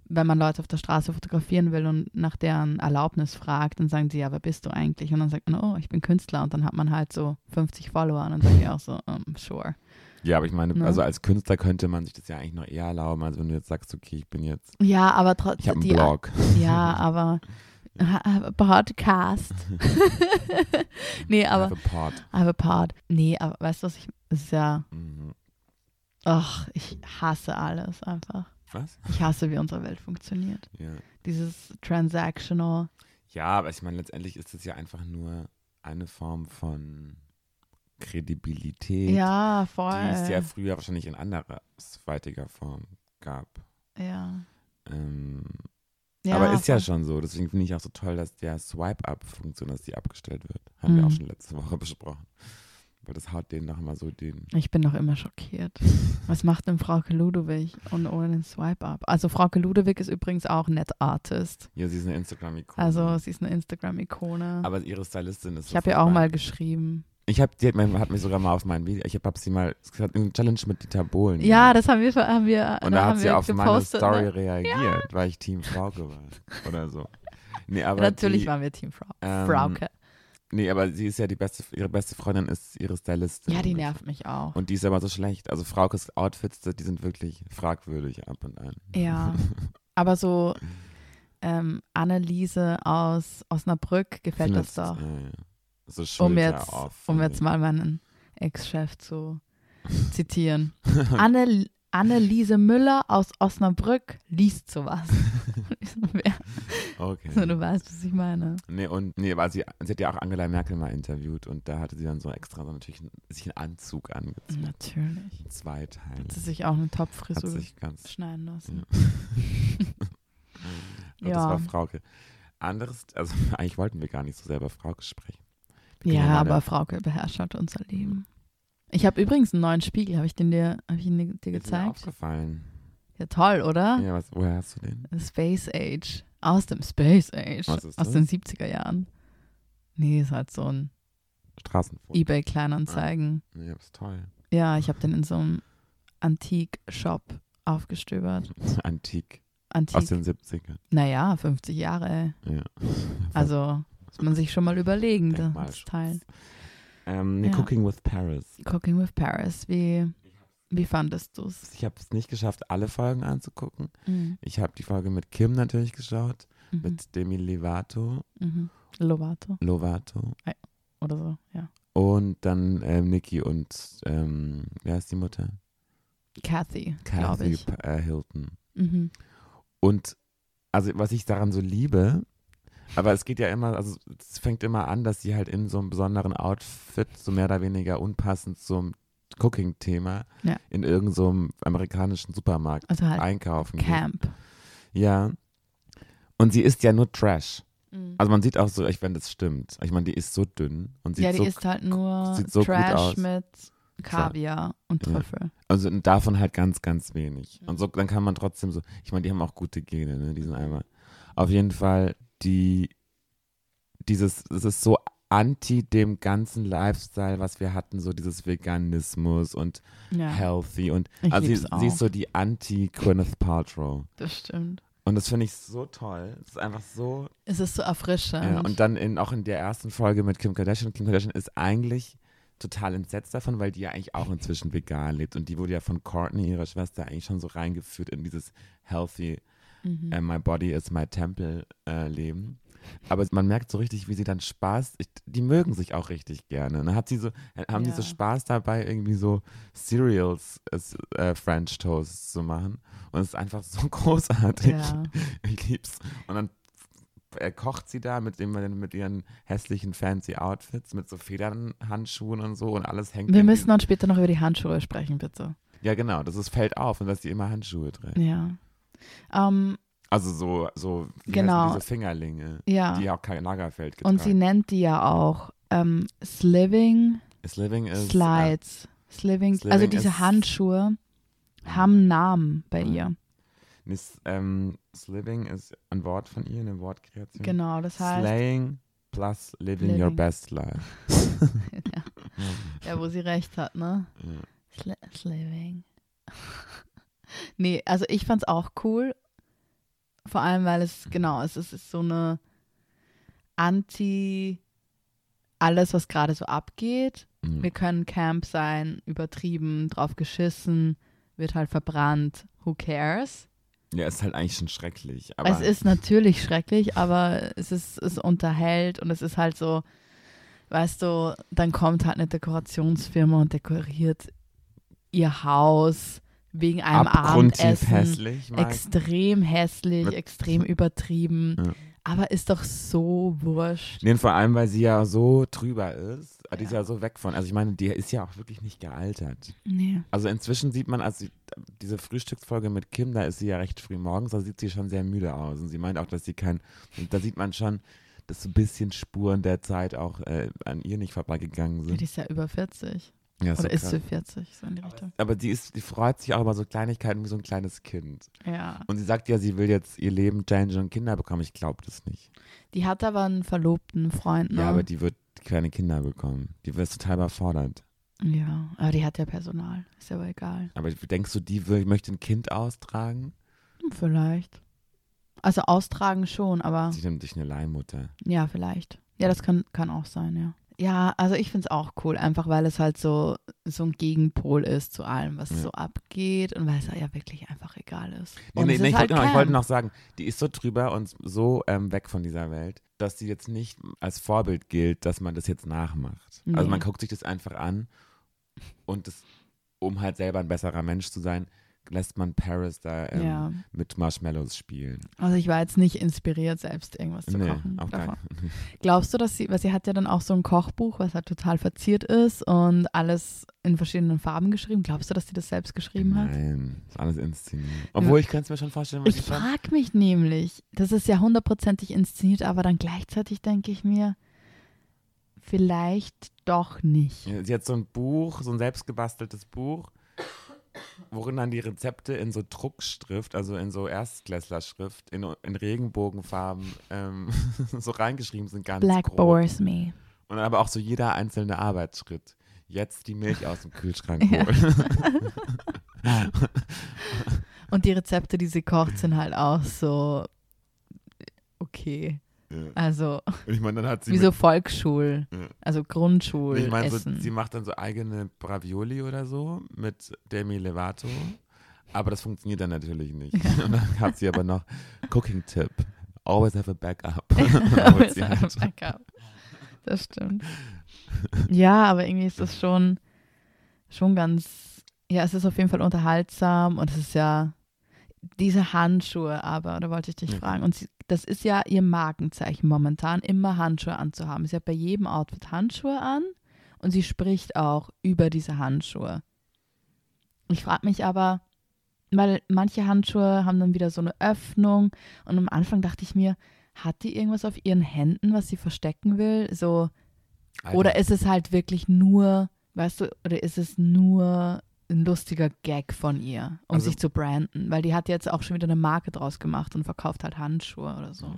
Speaker 1: wenn man Leute auf der Straße fotografieren will und nach deren Erlaubnis fragt, dann sagen sie, ja, wer bist du eigentlich? Und dann sagt man, oh, ich bin Künstler. Und dann hat man halt so 50 Follower. Und dann sage ich auch so, um, sure.
Speaker 2: ja, aber ich meine,
Speaker 1: Ne?
Speaker 2: also als Künstler könnte man sich das ja eigentlich noch eher erlauben, als wenn du jetzt sagst, okay, ich bin jetzt,
Speaker 1: Ja, aber
Speaker 2: ich habe
Speaker 1: trotzdem.
Speaker 2: einen Blog.
Speaker 1: [LAUGHS] Ja, aber.
Speaker 2: [LAUGHS]
Speaker 1: Podcast. [LAUGHS] nee, aber.
Speaker 2: I have a pod.
Speaker 1: Aber Part. Nee, aber weißt du, was ich. Es ist ja.
Speaker 2: Mhm.
Speaker 1: Ach, ich hasse alles einfach.
Speaker 2: Was?
Speaker 1: Ich hasse, wie unsere Welt funktioniert.
Speaker 2: Ja.
Speaker 1: Dieses Transactional.
Speaker 2: Ja, aber ich meine, letztendlich ist es ja einfach nur eine Form von Kredibilität.
Speaker 1: Ja, voll.
Speaker 2: die es ja früher wahrscheinlich in andersweitiger Form gab.
Speaker 1: ja.
Speaker 2: Ähm,
Speaker 1: ja.
Speaker 2: aber ist ja
Speaker 1: voll.
Speaker 2: schon so. Deswegen finde ich auch so toll, dass der Swipe-Up-Funktion, dass die abgestellt wird. Haben wir
Speaker 1: Mhm.
Speaker 2: auch schon letzte Woche [LAUGHS] besprochen. Weil das haut denen noch mal so den.
Speaker 1: Ich bin noch immer schockiert. Was macht denn Frauke Ludowig und ohne den Swipe-Up? Also Frauke Ludowig ist übrigens auch Net Artist.
Speaker 2: Ja, sie ist eine Instagram-Ikone.
Speaker 1: Also sie ist eine Instagram-Ikone.
Speaker 2: aber ihre Stylistin ist.
Speaker 1: Ich
Speaker 2: so
Speaker 1: habe ja auch
Speaker 2: furchtbar.
Speaker 1: mal geschrieben.
Speaker 2: Ich habe, die hat, mir- hat mich sogar mal auf mein Video. Ich habe hab sie mal. Es hat eine Challenge mit Dieter Bohlen.
Speaker 1: Ja, das haben wir, haben wir
Speaker 2: Und da
Speaker 1: haben
Speaker 2: hat sie
Speaker 1: wir
Speaker 2: auf meine
Speaker 1: gepostet,
Speaker 2: Story
Speaker 1: Ne?
Speaker 2: reagiert, weil ich Team Frauke war. Oder so. Nee, aber
Speaker 1: Natürlich
Speaker 2: die,
Speaker 1: waren wir Team Frau
Speaker 2: ähm,
Speaker 1: Frauke.
Speaker 2: Nee, aber sie ist ja die beste, ihre beste Freundin ist ihre Stylistin.
Speaker 1: Ja, die nervt mich auch.
Speaker 2: Und die ist aber so schlecht. Also Fraukes Outfits, die sind wirklich fragwürdig ab und an. [LAUGHS]
Speaker 1: Ja, aber so ähm, Anneliese aus Osnabrück gefällt
Speaker 2: Findet-
Speaker 1: das doch.
Speaker 2: Ja, ja. So Schulter
Speaker 1: Um jetzt,
Speaker 2: auf.
Speaker 1: um jetzt mal meinen
Speaker 2: [LAUGHS]
Speaker 1: Ex-Chef zu zitieren. Anne, Anneliese Müller aus Osnabrück liest
Speaker 2: [LAUGHS]
Speaker 1: sowas. Ich so, wer- so, [LAUGHS]
Speaker 2: Okay.
Speaker 1: du weißt, was ich meine.
Speaker 2: Nee, und nee, aber sie, sie hat ja auch Angela Merkel mal interviewt und da hatte sie dann so extra so natürlich einen- sich einen Anzug
Speaker 1: Mhm.
Speaker 2: angezogen.
Speaker 1: Natürlich.
Speaker 2: Zwei Teile.
Speaker 1: Hat sie sich auch eine
Speaker 2: Hat
Speaker 1: Topfrisur
Speaker 2: sich ganz.
Speaker 1: schneiden lassen.
Speaker 2: [LAUGHS] Aber Oh, Das
Speaker 1: Ja.
Speaker 2: war Frauke. Anderes, also [LAUGHS] eigentlich wollten wir gar nicht so sehr über Frauke sprechen. Wir können
Speaker 1: Ja,
Speaker 2: mal
Speaker 1: aber Frauke beherrscht halt unser Leben. Ich habe übrigens einen neuen Spiegel. Habe ich den dir, hab ich ihn dir- dir
Speaker 2: Ist Mir
Speaker 1: gezeigt? Ah.
Speaker 2: aufgefallen.
Speaker 1: Ja, toll, oder?
Speaker 2: Ja, was, woher hast du den?
Speaker 1: Space Age. Aus dem Space Age.
Speaker 2: Was ist das?
Speaker 1: aus den 70er Jahren. Nee, ist halt so ein
Speaker 2: Straßenfoto.
Speaker 1: Ebay-Kleinanzeigen.
Speaker 2: Ja, ist toll. [LAUGHS]
Speaker 1: Ja, ich habe den in so einem Antik-Shop aufgestöbert.
Speaker 2: Antik. Aus
Speaker 1: Antik,
Speaker 2: den 70ern.
Speaker 1: naja, 50 Jahre. ey.
Speaker 2: Ja.
Speaker 1: [LAUGHS] Also muss man sich schon mal überlegen,
Speaker 2: Denkmal
Speaker 1: das Teil.
Speaker 2: Ähm, nee,
Speaker 1: Ja.
Speaker 2: Cooking with Paris.
Speaker 1: Cooking with Paris, wie, wie fandest du es?
Speaker 2: Ich habe es nicht geschafft, alle Folgen anzugucken. Ich habe die Folge mit Kim natürlich geschaut, mit Demi Lovato,
Speaker 1: Mhm. Lovato
Speaker 2: Lovato
Speaker 1: oder so, ja.
Speaker 2: und dann ähm, Nikki und, ähm, wer heißt die Mutter?
Speaker 1: Kathy, glaube
Speaker 2: Kathy
Speaker 1: ich.
Speaker 2: P- äh, Hilton.
Speaker 1: Mhm.
Speaker 2: Und also was ich daran so liebe, aber es geht ja immer, also es fängt immer an, dass sie halt in so einem besonderen Outfit, so mehr oder weniger unpassend zum Cooking-Thema,
Speaker 1: Ja.
Speaker 2: in irgendeinem so einem amerikanischen Supermarkt
Speaker 1: Also halt
Speaker 2: einkaufen geht.
Speaker 1: Camp.
Speaker 2: Ja. Und sie ist ja nur Trash.
Speaker 1: Mhm.
Speaker 2: Also man sieht auch so, ich wenn das stimmt. Ich meine, die ist so dünn und sieht
Speaker 1: ja, die
Speaker 2: so,
Speaker 1: ist halt nur
Speaker 2: sieht so gut aus.
Speaker 1: Trash mit Kaviar und
Speaker 2: Ja.
Speaker 1: Trüffel.
Speaker 2: also davon halt ganz, ganz wenig. Und so, dann kann man trotzdem so, ich meine, die haben auch gute Gene, ne, diesen Eimer. Auf jeden Fall die dieses, es ist so anti dem ganzen Lifestyle, was wir hatten, so dieses Veganismus und
Speaker 1: Ja,
Speaker 2: healthy und
Speaker 1: Ich
Speaker 2: also sie,
Speaker 1: lieb's auch.
Speaker 2: sie ist so die anti Gwyneth Paltrow
Speaker 1: das stimmt.
Speaker 2: und das finde ich so toll. Es ist einfach so
Speaker 1: Es ist so erfrischend.
Speaker 2: ja, und dann in, auch in der ersten Folge mit Kim Kardashian. Kim Kardashian ist eigentlich total entsetzt davon, weil die ja eigentlich auch inzwischen vegan lebt und die wurde ja von Courtney, ihrer Schwester, eigentlich schon so reingeführt in dieses healthy
Speaker 1: mhm.
Speaker 2: äh, My Body is my Temple äh, leben. Aber man merkt so richtig, wie sie dann Spaß, ich, die mögen sich auch richtig gerne. Dann hat sie so, äh, haben die so
Speaker 1: Ja.
Speaker 2: Spaß dabei, irgendwie so Cereals, äh, French Toast zu machen. Und es ist einfach so [LAUGHS] großartig. [LAUGHS]
Speaker 1: ja.
Speaker 2: Ich lieb's. Und dann äh, kocht sie da mit, dem, mit ihren hässlichen fancy Outfits, mit so Federnhandschuhen und so und alles hängt.
Speaker 1: Wir
Speaker 2: irgendwie-
Speaker 1: müssen dann später noch über die Handschuhe sprechen, bitte.
Speaker 2: Ja, genau, das ist, fällt auf und dass sie immer Handschuhe trägt.
Speaker 1: Ja. Ähm,
Speaker 2: Also so, so wie heißen
Speaker 1: Genau.
Speaker 2: diese Fingerlinge.
Speaker 1: ja.
Speaker 2: Die auch kein Lagerfeld getragen.
Speaker 1: Und sie nennt die ja auch ähm, Sliving
Speaker 2: Sliving ist. Äh,
Speaker 1: Slides. Sliving, also
Speaker 2: Sliving
Speaker 1: diese
Speaker 2: ist- Ah,
Speaker 1: Handschuhe haben Namen bei ihr.
Speaker 2: nis- ähm, Sliving ist ein Wort von ihr, eine Wortkreation.
Speaker 1: Genau, das heißt,
Speaker 2: Slaying plus living,
Speaker 1: Living.
Speaker 2: your best life.
Speaker 1: ja, wo sie recht hat, ne?
Speaker 2: Ja.
Speaker 1: Sl Sliving. [LAUGHS] nee, also ich fand's auch cool. Vor allem, weil es, genau, es ist, es ist so eine Anti- alles, was gerade so abgeht.
Speaker 2: Mhm.
Speaker 1: Wir können Camp sein, übertrieben, drauf geschissen, wird halt verbrannt, who cares?
Speaker 2: Ja, ist halt eigentlich schon schrecklich. Aber
Speaker 1: es ist natürlich schrecklich, aber es ist, es unterhält und es ist halt so, weißt du, dann kommt halt eine Dekorationsfirma und dekoriert ihr Haus wegen einem
Speaker 2: abgrundtief
Speaker 1: Abendessen.
Speaker 2: hässlich. Mike.
Speaker 1: Extrem hässlich,
Speaker 2: Mit-
Speaker 1: extrem übertrieben,
Speaker 2: Ja.
Speaker 1: aber ist doch so wurscht.
Speaker 2: Nee, und vor allem, weil sie ja so drüber ist. Ah, Die ist
Speaker 1: Ja.
Speaker 2: ja so weg von. Also ich meine, die ist ja auch wirklich nicht gealtert.
Speaker 1: Nee.
Speaker 2: Also inzwischen sieht man, also diese Frühstücksfolge mit Kim, da ist sie ja recht früh morgens, da sieht sie schon sehr müde aus. Und sie meint auch, dass sie kein, und da sieht man schon, dass so ein bisschen Spuren der Zeit auch äh, an ihr nicht vorbeigegangen
Speaker 1: Die
Speaker 2: sind.
Speaker 1: ist ja über 40.
Speaker 2: Ja,
Speaker 1: Oder
Speaker 2: so
Speaker 1: ist sie
Speaker 2: krass.
Speaker 1: 40, so in die Richtung.
Speaker 2: Aber die, ist, die freut sich auch über so Kleinigkeiten wie so ein kleines Kind.
Speaker 1: Ja.
Speaker 2: Und sie sagt ja, sie will jetzt ihr Leben change und Kinder bekommen. Ich glaube das nicht.
Speaker 1: Die hat aber einen verlobten Freund, ne?
Speaker 2: Ja, aber die wird keine Kinder bekommen. Die wird total überfordert.
Speaker 1: Ja, aber die hat ja Personal. Ist ja aber egal.
Speaker 2: Aber denkst du, die will, möchte ein Kind austragen?
Speaker 1: Hm, vielleicht. Also austragen schon, aber
Speaker 2: Sie nimmt sich eine Leihmutter.
Speaker 1: ja, vielleicht. Ja, das kann, kann auch sein, ja. Ja, also ich finde es auch cool, einfach weil es halt so, so ein Gegenpol ist zu allem, was
Speaker 2: Ja.
Speaker 1: so abgeht und weil es ja wirklich einfach egal ist.
Speaker 2: Nee,
Speaker 1: und
Speaker 2: nee,
Speaker 1: es
Speaker 2: nee,
Speaker 1: ist
Speaker 2: ich,
Speaker 1: halt
Speaker 2: wollte noch, ich wollte
Speaker 1: Cam.
Speaker 2: noch sagen, die ist so drüber und so ähm, weg von dieser Welt, dass sie jetzt nicht als Vorbild gilt, dass man das jetzt nachmacht.
Speaker 1: Nee.
Speaker 2: Also man guckt sich das einfach an und das, um halt selber ein besserer Mensch zu sein, lässt man Paris da ähm,
Speaker 1: Ja,
Speaker 2: mit Marshmallows spielen.
Speaker 1: also ich war jetzt nicht inspiriert, selbst irgendwas zu
Speaker 2: nee,
Speaker 1: kochen.
Speaker 2: auch
Speaker 1: davon.
Speaker 2: kein.
Speaker 1: Glaubst du, dass sie, weil sie hat ja dann auch so ein Kochbuch, was halt total verziert ist und alles in verschiedenen Farben geschrieben. Glaubst du, dass sie das selbst geschrieben hat?
Speaker 2: Nein, ist alles inszeniert. Obwohl, ich kann es mir schon vorstellen, weil
Speaker 1: halt. Ich
Speaker 2: sie schon-
Speaker 1: frage mich nämlich, das ist ja hundertprozentig inszeniert, aber dann gleichzeitig denke ich mir, vielleicht doch nicht.
Speaker 2: Ja, Sie hat so ein Buch, so ein selbstgebasteltes Buch, worin dann die Rezepte in so Druckschrift, also in so Erstklässlerschrift, in, in Regenbogenfarben ähm, [LAUGHS] so reingeschrieben sind, ganz
Speaker 1: Black
Speaker 2: grob.
Speaker 1: bores me.
Speaker 2: Und aber auch so jeder einzelne Arbeitsschritt. Jetzt die Milch aus dem Kühlschrank
Speaker 1: Ja.
Speaker 2: holen. [LAUGHS]
Speaker 1: Und die Rezepte, die sie kocht, sind halt auch so okay.
Speaker 2: Ja.
Speaker 1: Also
Speaker 2: Und ich meine, dann hat sie
Speaker 1: wie so Volksschul,
Speaker 2: Ja.
Speaker 1: also Grundschul.
Speaker 2: mit, ich meine, so,
Speaker 1: Essen.
Speaker 2: sie macht dann so eigene Bravioli oder so mit Demi Lovato. Aber das funktioniert dann natürlich
Speaker 1: [LAUGHS]
Speaker 2: nicht. Und dann hat sie aber noch Cooking-Tipp. Always have a backup.
Speaker 1: [LAUGHS] Aber
Speaker 2: Holt
Speaker 1: es
Speaker 2: sie
Speaker 1: hat
Speaker 2: halt.
Speaker 1: einen Backup. Das stimmt. Ja, aber irgendwie ist das schon, schon ganz, ja, es ist auf jeden Fall unterhaltsam und es ist ja diese Handschuhe aber, da wollte ich dich
Speaker 2: Ja.
Speaker 1: fragen. Und sie, das ist ja ihr Markenzeichen momentan, immer Handschuhe anzuhaben. Sie hat bei jedem Outfit Handschuhe an und sie spricht auch über diese Handschuhe. Ich frage mich aber, weil manche Handschuhe haben dann wieder so eine Öffnung und am Anfang dachte ich mir, hat die irgendwas auf ihren Händen, was sie verstecken will? So,
Speaker 2: Alter,
Speaker 1: oder ist es halt wirklich nur, weißt du, oder ist es nur ein lustiger Gag von ihr, um
Speaker 2: Also-
Speaker 1: sich zu branden? Weil die hat jetzt auch schon wieder eine Marke draus gemacht und verkauft halt Handschuhe oder so.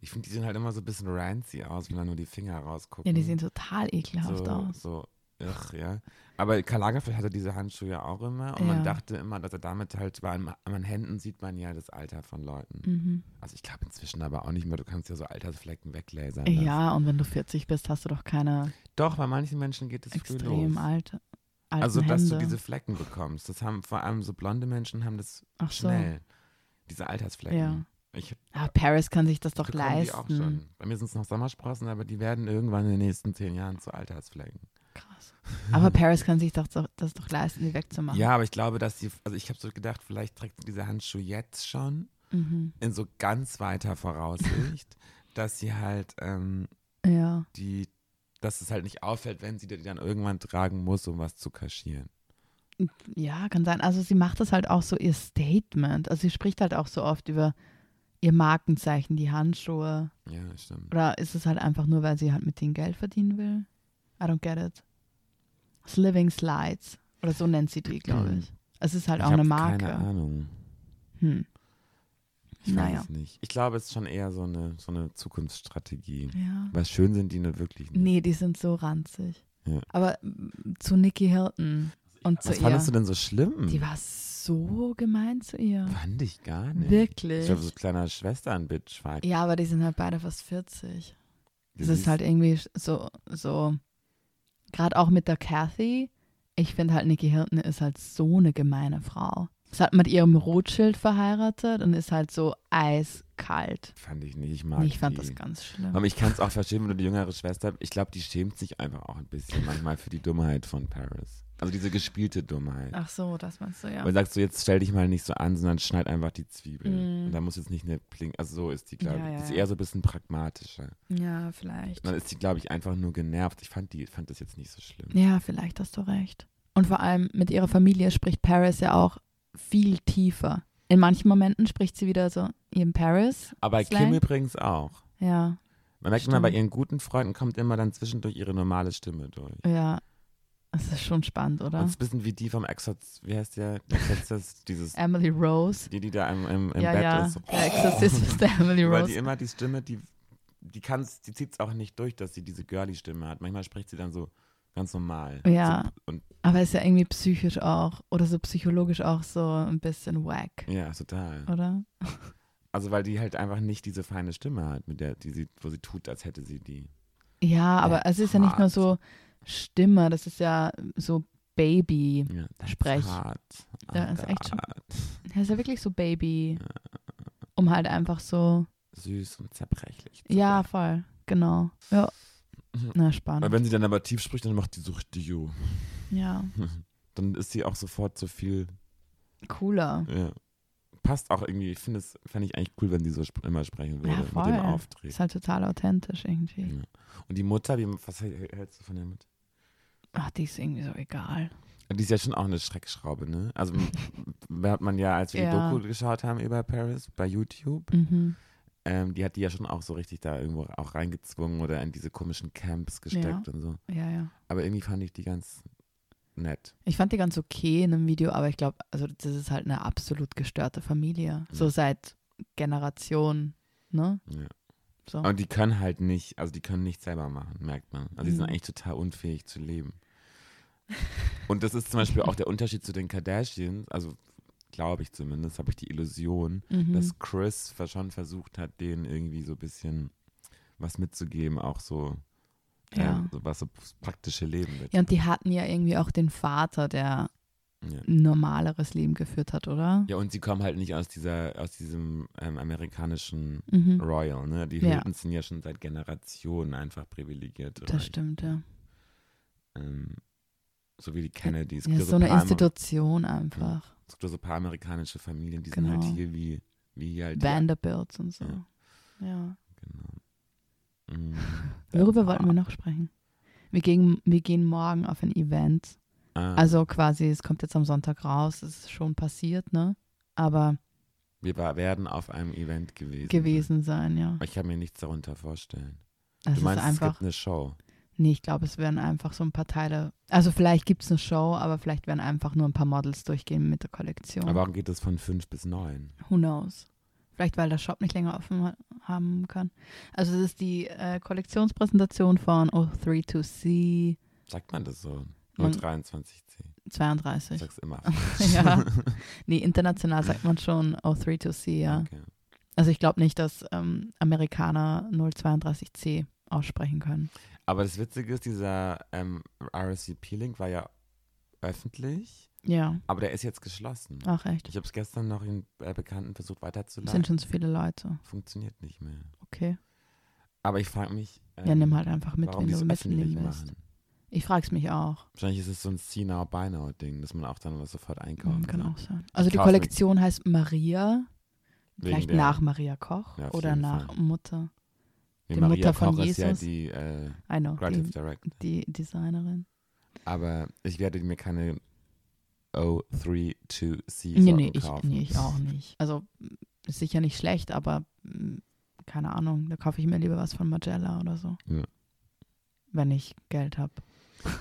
Speaker 2: Ich finde, die sehen halt immer so ein bisschen rancy aus, wenn da nur die Finger rausgucken.
Speaker 1: Ja, die sehen total ekelhaft
Speaker 2: Mhm. so,
Speaker 1: aus.
Speaker 2: So, ach, ja. Aber Karl Lagerfeld hatte diese Handschuhe ja auch immer und
Speaker 1: Ja.
Speaker 2: man dachte immer, dass er damit halt, weil an an Händen sieht man ja das Alter von Leuten.
Speaker 1: Mhm.
Speaker 2: Also ich glaube inzwischen aber auch nicht mehr, du kannst ja so Altersflecken weglasern. ne? lassen.
Speaker 1: Ja, und wenn du 40 bist, hast du doch keine
Speaker 2: Doch, bei manchen Menschen geht es früh los.
Speaker 1: extrem alte, alten
Speaker 2: also,
Speaker 1: Hände.
Speaker 2: dass du diese Flecken bekommst. Das haben vor allem so blonde Menschen haben das
Speaker 1: Ach so.
Speaker 2: schnell. Diese Altersflecken.
Speaker 1: Ja.
Speaker 2: Ich
Speaker 1: Ah, Paris kann sich das doch
Speaker 2: bekomme
Speaker 1: leisten.
Speaker 2: die auch [LAUGHS] schon. Bei mir sind es noch Sommersprossen, aber die werden irgendwann in den nächsten zehn Jahren zu Altersflecken.
Speaker 1: Krass. Aber Paris kann sich das doch, das doch leisten, die wegzumachen.
Speaker 2: Ja, aber ich glaube, dass die, also ich habe so gedacht, vielleicht trägt sie diese Handschuhe jetzt schon
Speaker 1: Mhm.
Speaker 2: in so ganz weiter
Speaker 1: [LAUGHS]
Speaker 2: Voraussicht, dass sie halt ähm,
Speaker 1: Ja.
Speaker 2: die, dass es halt nicht auffällt, wenn sie die dann irgendwann tragen muss, um was zu kaschieren.
Speaker 1: Ja, kann sein. Also sie macht das halt auch so ihr Statement. Also sie spricht halt auch so oft über ihr Markenzeichen, die Handschuhe.
Speaker 2: Ja, stimmt.
Speaker 1: Oder ist es halt einfach nur, weil sie halt mit denen Geld verdienen will? I don't get it. Sliving Slides. Oder so nennt sie die, glaube ich. Es ist halt
Speaker 2: ich
Speaker 1: auch eine
Speaker 2: hab
Speaker 1: Marke.
Speaker 2: Keine Ahnung.
Speaker 1: Hm.
Speaker 2: Ich
Speaker 1: Naja.
Speaker 2: weiß es nicht. Ich glaube, es ist schon eher so eine, so eine Zukunftsstrategie.
Speaker 1: Ja.
Speaker 2: Was schön sind die nur wirklich nicht.
Speaker 1: Nee, die sind so ranzig.
Speaker 2: Ja.
Speaker 1: Aber mm, zu Nikki Hilton und zu
Speaker 2: Was
Speaker 1: ihr.
Speaker 2: fandest du denn so schlimm?
Speaker 1: Die war so gemein zu ihr.
Speaker 2: Fand ich gar nicht. Ich
Speaker 1: Wirklich.
Speaker 2: glaube, so ein kleiner Schwestern-Bitch war
Speaker 1: Ja, aber die sind halt beide fast 40.
Speaker 2: die
Speaker 1: Es ist
Speaker 2: siehst-
Speaker 1: halt irgendwie so, so gerade auch mit der Kathy, ich finde halt, Nikki Hilton ist halt so eine gemeine Frau. Ist halt mit ihrem Rothschild verheiratet und ist halt so eiskalt.
Speaker 2: Fand ich nicht. Ich mag
Speaker 1: ich fand
Speaker 2: die.
Speaker 1: das ganz schlimm.
Speaker 2: Aber ich kann es auch verstehen, wenn du die jüngere Schwester Ich glaube, die schämt sich einfach auch ein bisschen manchmal für die Dummheit von Paris. Also diese gespielte Dummheit.
Speaker 1: Ach so, das meinst du, Ah, ja.
Speaker 2: Weil sagst du, jetzt stell dich mal nicht so an, sondern schneid einfach die Zwiebel.
Speaker 1: Mhm.
Speaker 2: Und da muss jetzt nicht eine Pling. Also so ist die, glaube ich.
Speaker 1: Ja, ja,
Speaker 2: die ist
Speaker 1: ja.
Speaker 2: eher so ein bisschen pragmatischer.
Speaker 1: Ja, vielleicht.
Speaker 2: Und dann ist die, glaube ich, einfach nur genervt. Ich fand, die, fand das jetzt nicht so schlimm.
Speaker 1: Ja, vielleicht hast du recht. Und vor allem mit ihrer Familie spricht Paris ja auch viel tiefer. In manchen Momenten spricht sie wieder so ihren Paris.
Speaker 2: Aber Kim
Speaker 1: Slang?
Speaker 2: übrigens auch.
Speaker 1: Ja,
Speaker 2: Man merkt immer, bei
Speaker 1: Stimmt.
Speaker 2: ihren guten Freunden kommt immer dann zwischendurch ihre normale Stimme durch.
Speaker 1: ja. Das ist schon spannend,
Speaker 2: Und
Speaker 1: oder?
Speaker 2: es ist ein bisschen wie die vom Exorz, wie heißt der? Der Exorzist, [LAUGHS] dieses,
Speaker 1: Emily Rose.
Speaker 2: die, die da im, im, im
Speaker 1: ja,
Speaker 2: Bett
Speaker 1: ja.
Speaker 2: ist. So,
Speaker 1: Der Exorzismus der
Speaker 2: [LAUGHS]
Speaker 1: Emily
Speaker 2: Weil die
Speaker 1: Rose.
Speaker 2: immer die Stimme, die, die kann's, die zieht es auch nicht durch, dass sie diese Girly-Stimme hat. Manchmal spricht sie dann so ganz normal.
Speaker 1: Ja.
Speaker 2: So, und
Speaker 1: Aber ist ja irgendwie psychisch auch oder so psychologisch auch so ein bisschen wack,
Speaker 2: ja, total.
Speaker 1: oder?
Speaker 2: Also weil die halt einfach nicht diese feine Stimme hat, mit der, die sie, wo sie tut, als hätte sie die.
Speaker 1: Ja, aber
Speaker 2: That's
Speaker 1: es ist ja nicht nur
Speaker 2: hard.
Speaker 1: so Stimme, das ist ja so Baby.
Speaker 2: Ja, that's
Speaker 1: Sprech.
Speaker 2: Hart.
Speaker 1: Ja, ist echt schon-
Speaker 2: Hart.
Speaker 1: Das ist ja wirklich so Baby. Um halt einfach so.
Speaker 2: Süß und zerbrechlich.
Speaker 1: Ja, voll. Genau. Ja. Na,
Speaker 2: Aber
Speaker 1: spannend.
Speaker 2: wenn sie dann aber tief spricht, dann macht die so richtig jo.
Speaker 1: Ja.
Speaker 2: [LAUGHS] Dann ist sie auch sofort so viel.
Speaker 1: Cooler.
Speaker 2: Ja. Passt auch irgendwie. Ich finde es, fände ich eigentlich cool, wenn sie so sp immer sprechen würde
Speaker 1: Ja,
Speaker 2: mit
Speaker 1: voll.
Speaker 2: dem Auftritt.
Speaker 1: Ist halt total authentisch irgendwie.
Speaker 2: Ja. Und die Mutter, wie, was hält- hältst du von der Mutter?
Speaker 1: Ach, die ist irgendwie so egal.
Speaker 2: Die ist ja schon auch eine Schreckschraube, ne? Also
Speaker 1: [LAUGHS]
Speaker 2: m- hat man ja, als wir
Speaker 1: Ja.
Speaker 2: die Doku geschaut haben über Paris bei YouTube,
Speaker 1: Mhm.
Speaker 2: ähm, die hat die ja schon auch so richtig da irgendwo auch reingezwungen oder in diese komischen Camps gesteckt und so.
Speaker 1: Ja, ja.
Speaker 2: Aber irgendwie fand ich die ganz nett.
Speaker 1: Ich fand die ganz okay in einem Video, aber ich glaube, also das ist halt eine absolut gestörte Familie. So
Speaker 2: Ja.
Speaker 1: seit Generationen, ne?
Speaker 2: Ja.
Speaker 1: So.
Speaker 2: Aber die können halt nicht, also die können nicht selber machen, merkt man. Also die sind
Speaker 1: Mhm.
Speaker 2: eigentlich total unfähig zu leben. Und das ist zum Beispiel auch der Unterschied zu den Kardashians, also glaube ich zumindest, habe ich die Illusion,
Speaker 1: Mhm.
Speaker 2: dass Chris ver- schon versucht hat, denen irgendwie so ein bisschen was mitzugeben, auch so,
Speaker 1: ja.
Speaker 2: ähm, so was so das praktische Leben wird.
Speaker 1: ja, und die hatten ja irgendwie auch den Vater, der
Speaker 2: Ja.
Speaker 1: ein normaleres Leben geführt hat, oder?
Speaker 2: ja, und sie kommen halt nicht aus dieser, aus diesem ähm, amerikanischen
Speaker 1: Mhm.
Speaker 2: Royal, ne? Die
Speaker 1: Ja.
Speaker 2: Hiltons sind ja schon seit Generationen einfach privilegiert.
Speaker 1: Das stimmt, ja.
Speaker 2: Ähm, so wie die Kennedys. Es
Speaker 1: ja
Speaker 2: gibt
Speaker 1: so
Speaker 2: ein
Speaker 1: eine
Speaker 2: paar Amer-
Speaker 1: Institution einfach.
Speaker 2: Es gibt ja so ein paar amerikanische Familien, die sind
Speaker 1: Genau.
Speaker 2: halt hier wie, wie hier halt. die-
Speaker 1: Vanderbilt und so. Ja.
Speaker 2: Genau. Mm.
Speaker 1: [LAUGHS] Worüber wollten wir noch sprechen? Wir gehen, wir gehen morgen auf ein Event.
Speaker 2: Ah,
Speaker 1: Also quasi, es kommt jetzt am Sonntag raus, es ist schon passiert, ne? Aber
Speaker 2: wir war, werden auf einem Event gewesen.
Speaker 1: gewesen sein, ja.
Speaker 2: Aber Ich kann mir nichts darunter vorstellen.
Speaker 1: Es
Speaker 2: du
Speaker 1: ist
Speaker 2: meinst, es
Speaker 1: einfach,
Speaker 2: gibt eine Show.
Speaker 1: nee, ich glaube, es werden einfach so ein paar Teile, also vielleicht gibt es eine Show, aber vielleicht werden einfach nur ein paar Models durchgehen mit der Kollektion.
Speaker 2: Aber warum geht es von fünf bis neun?
Speaker 1: Who knows? Vielleicht, weil der Shop nicht länger offen ha- haben kann. Also es ist die äh, Kollektionspräsentation von O32C
Speaker 2: Sagt man das so?
Speaker 1: Man-
Speaker 2: 023C.
Speaker 1: 32.
Speaker 2: Ich sag's
Speaker 1: [LAUGHS]
Speaker 2: immer. [LAUGHS]
Speaker 1: ja. Nee, international sagt man schon O32C, ja.
Speaker 2: Okay.
Speaker 1: Also ich glaube nicht, dass ähm, Amerikaner 032C aussprechen können.
Speaker 2: Aber das Witzige ist, dieser ähm, RSVP-Link war ja öffentlich,
Speaker 1: Ja,
Speaker 2: aber der ist jetzt geschlossen.
Speaker 1: ach echt.
Speaker 2: Ich habe es gestern noch in äh, Bekannten versucht
Speaker 1: Es sind
Speaker 2: weiterzuleiten.
Speaker 1: schon so viele Leute.
Speaker 2: Funktioniert nicht mehr.
Speaker 1: Okay.
Speaker 2: Aber ich frage mich, ähm,
Speaker 1: Ja, nimm halt einfach mit,
Speaker 2: warum
Speaker 1: wenn
Speaker 2: die es
Speaker 1: du
Speaker 2: öffentlich
Speaker 1: mitnehmen willst.
Speaker 2: machen.
Speaker 1: Ich frag's mich auch.
Speaker 2: Wahrscheinlich ist es so ein See Now, Buy Now Ding, dass man auch dann was sofort einkaufen
Speaker 1: Mhm, Kann
Speaker 2: kann.
Speaker 1: auch sein. Also
Speaker 2: Ich
Speaker 1: die
Speaker 2: kauf's mir-
Speaker 1: Kollektion heißt Maria.
Speaker 2: Wegen
Speaker 1: Vielleicht
Speaker 2: der-
Speaker 1: nach Maria Koch
Speaker 2: Ja, auf
Speaker 1: oder
Speaker 2: jeden
Speaker 1: nach
Speaker 2: Fall.
Speaker 1: Mutter.
Speaker 2: Nee,
Speaker 1: die
Speaker 2: Maria
Speaker 1: Mutter von
Speaker 2: Koch ist ja
Speaker 1: Jesus.
Speaker 2: die äh,
Speaker 1: I know,
Speaker 2: Creative
Speaker 1: die,
Speaker 2: Director.
Speaker 1: die Designerin.
Speaker 2: Aber ich werde mir keine 032C
Speaker 1: Nee,
Speaker 2: Socken
Speaker 1: nee ich,
Speaker 2: kaufen.
Speaker 1: nee, ich auch nicht. Also m, ist sicher nicht schlecht, aber m, keine Ahnung, da kaufe ich mir lieber was von Magella oder so.
Speaker 2: Ja.
Speaker 1: Wenn ich Geld habe.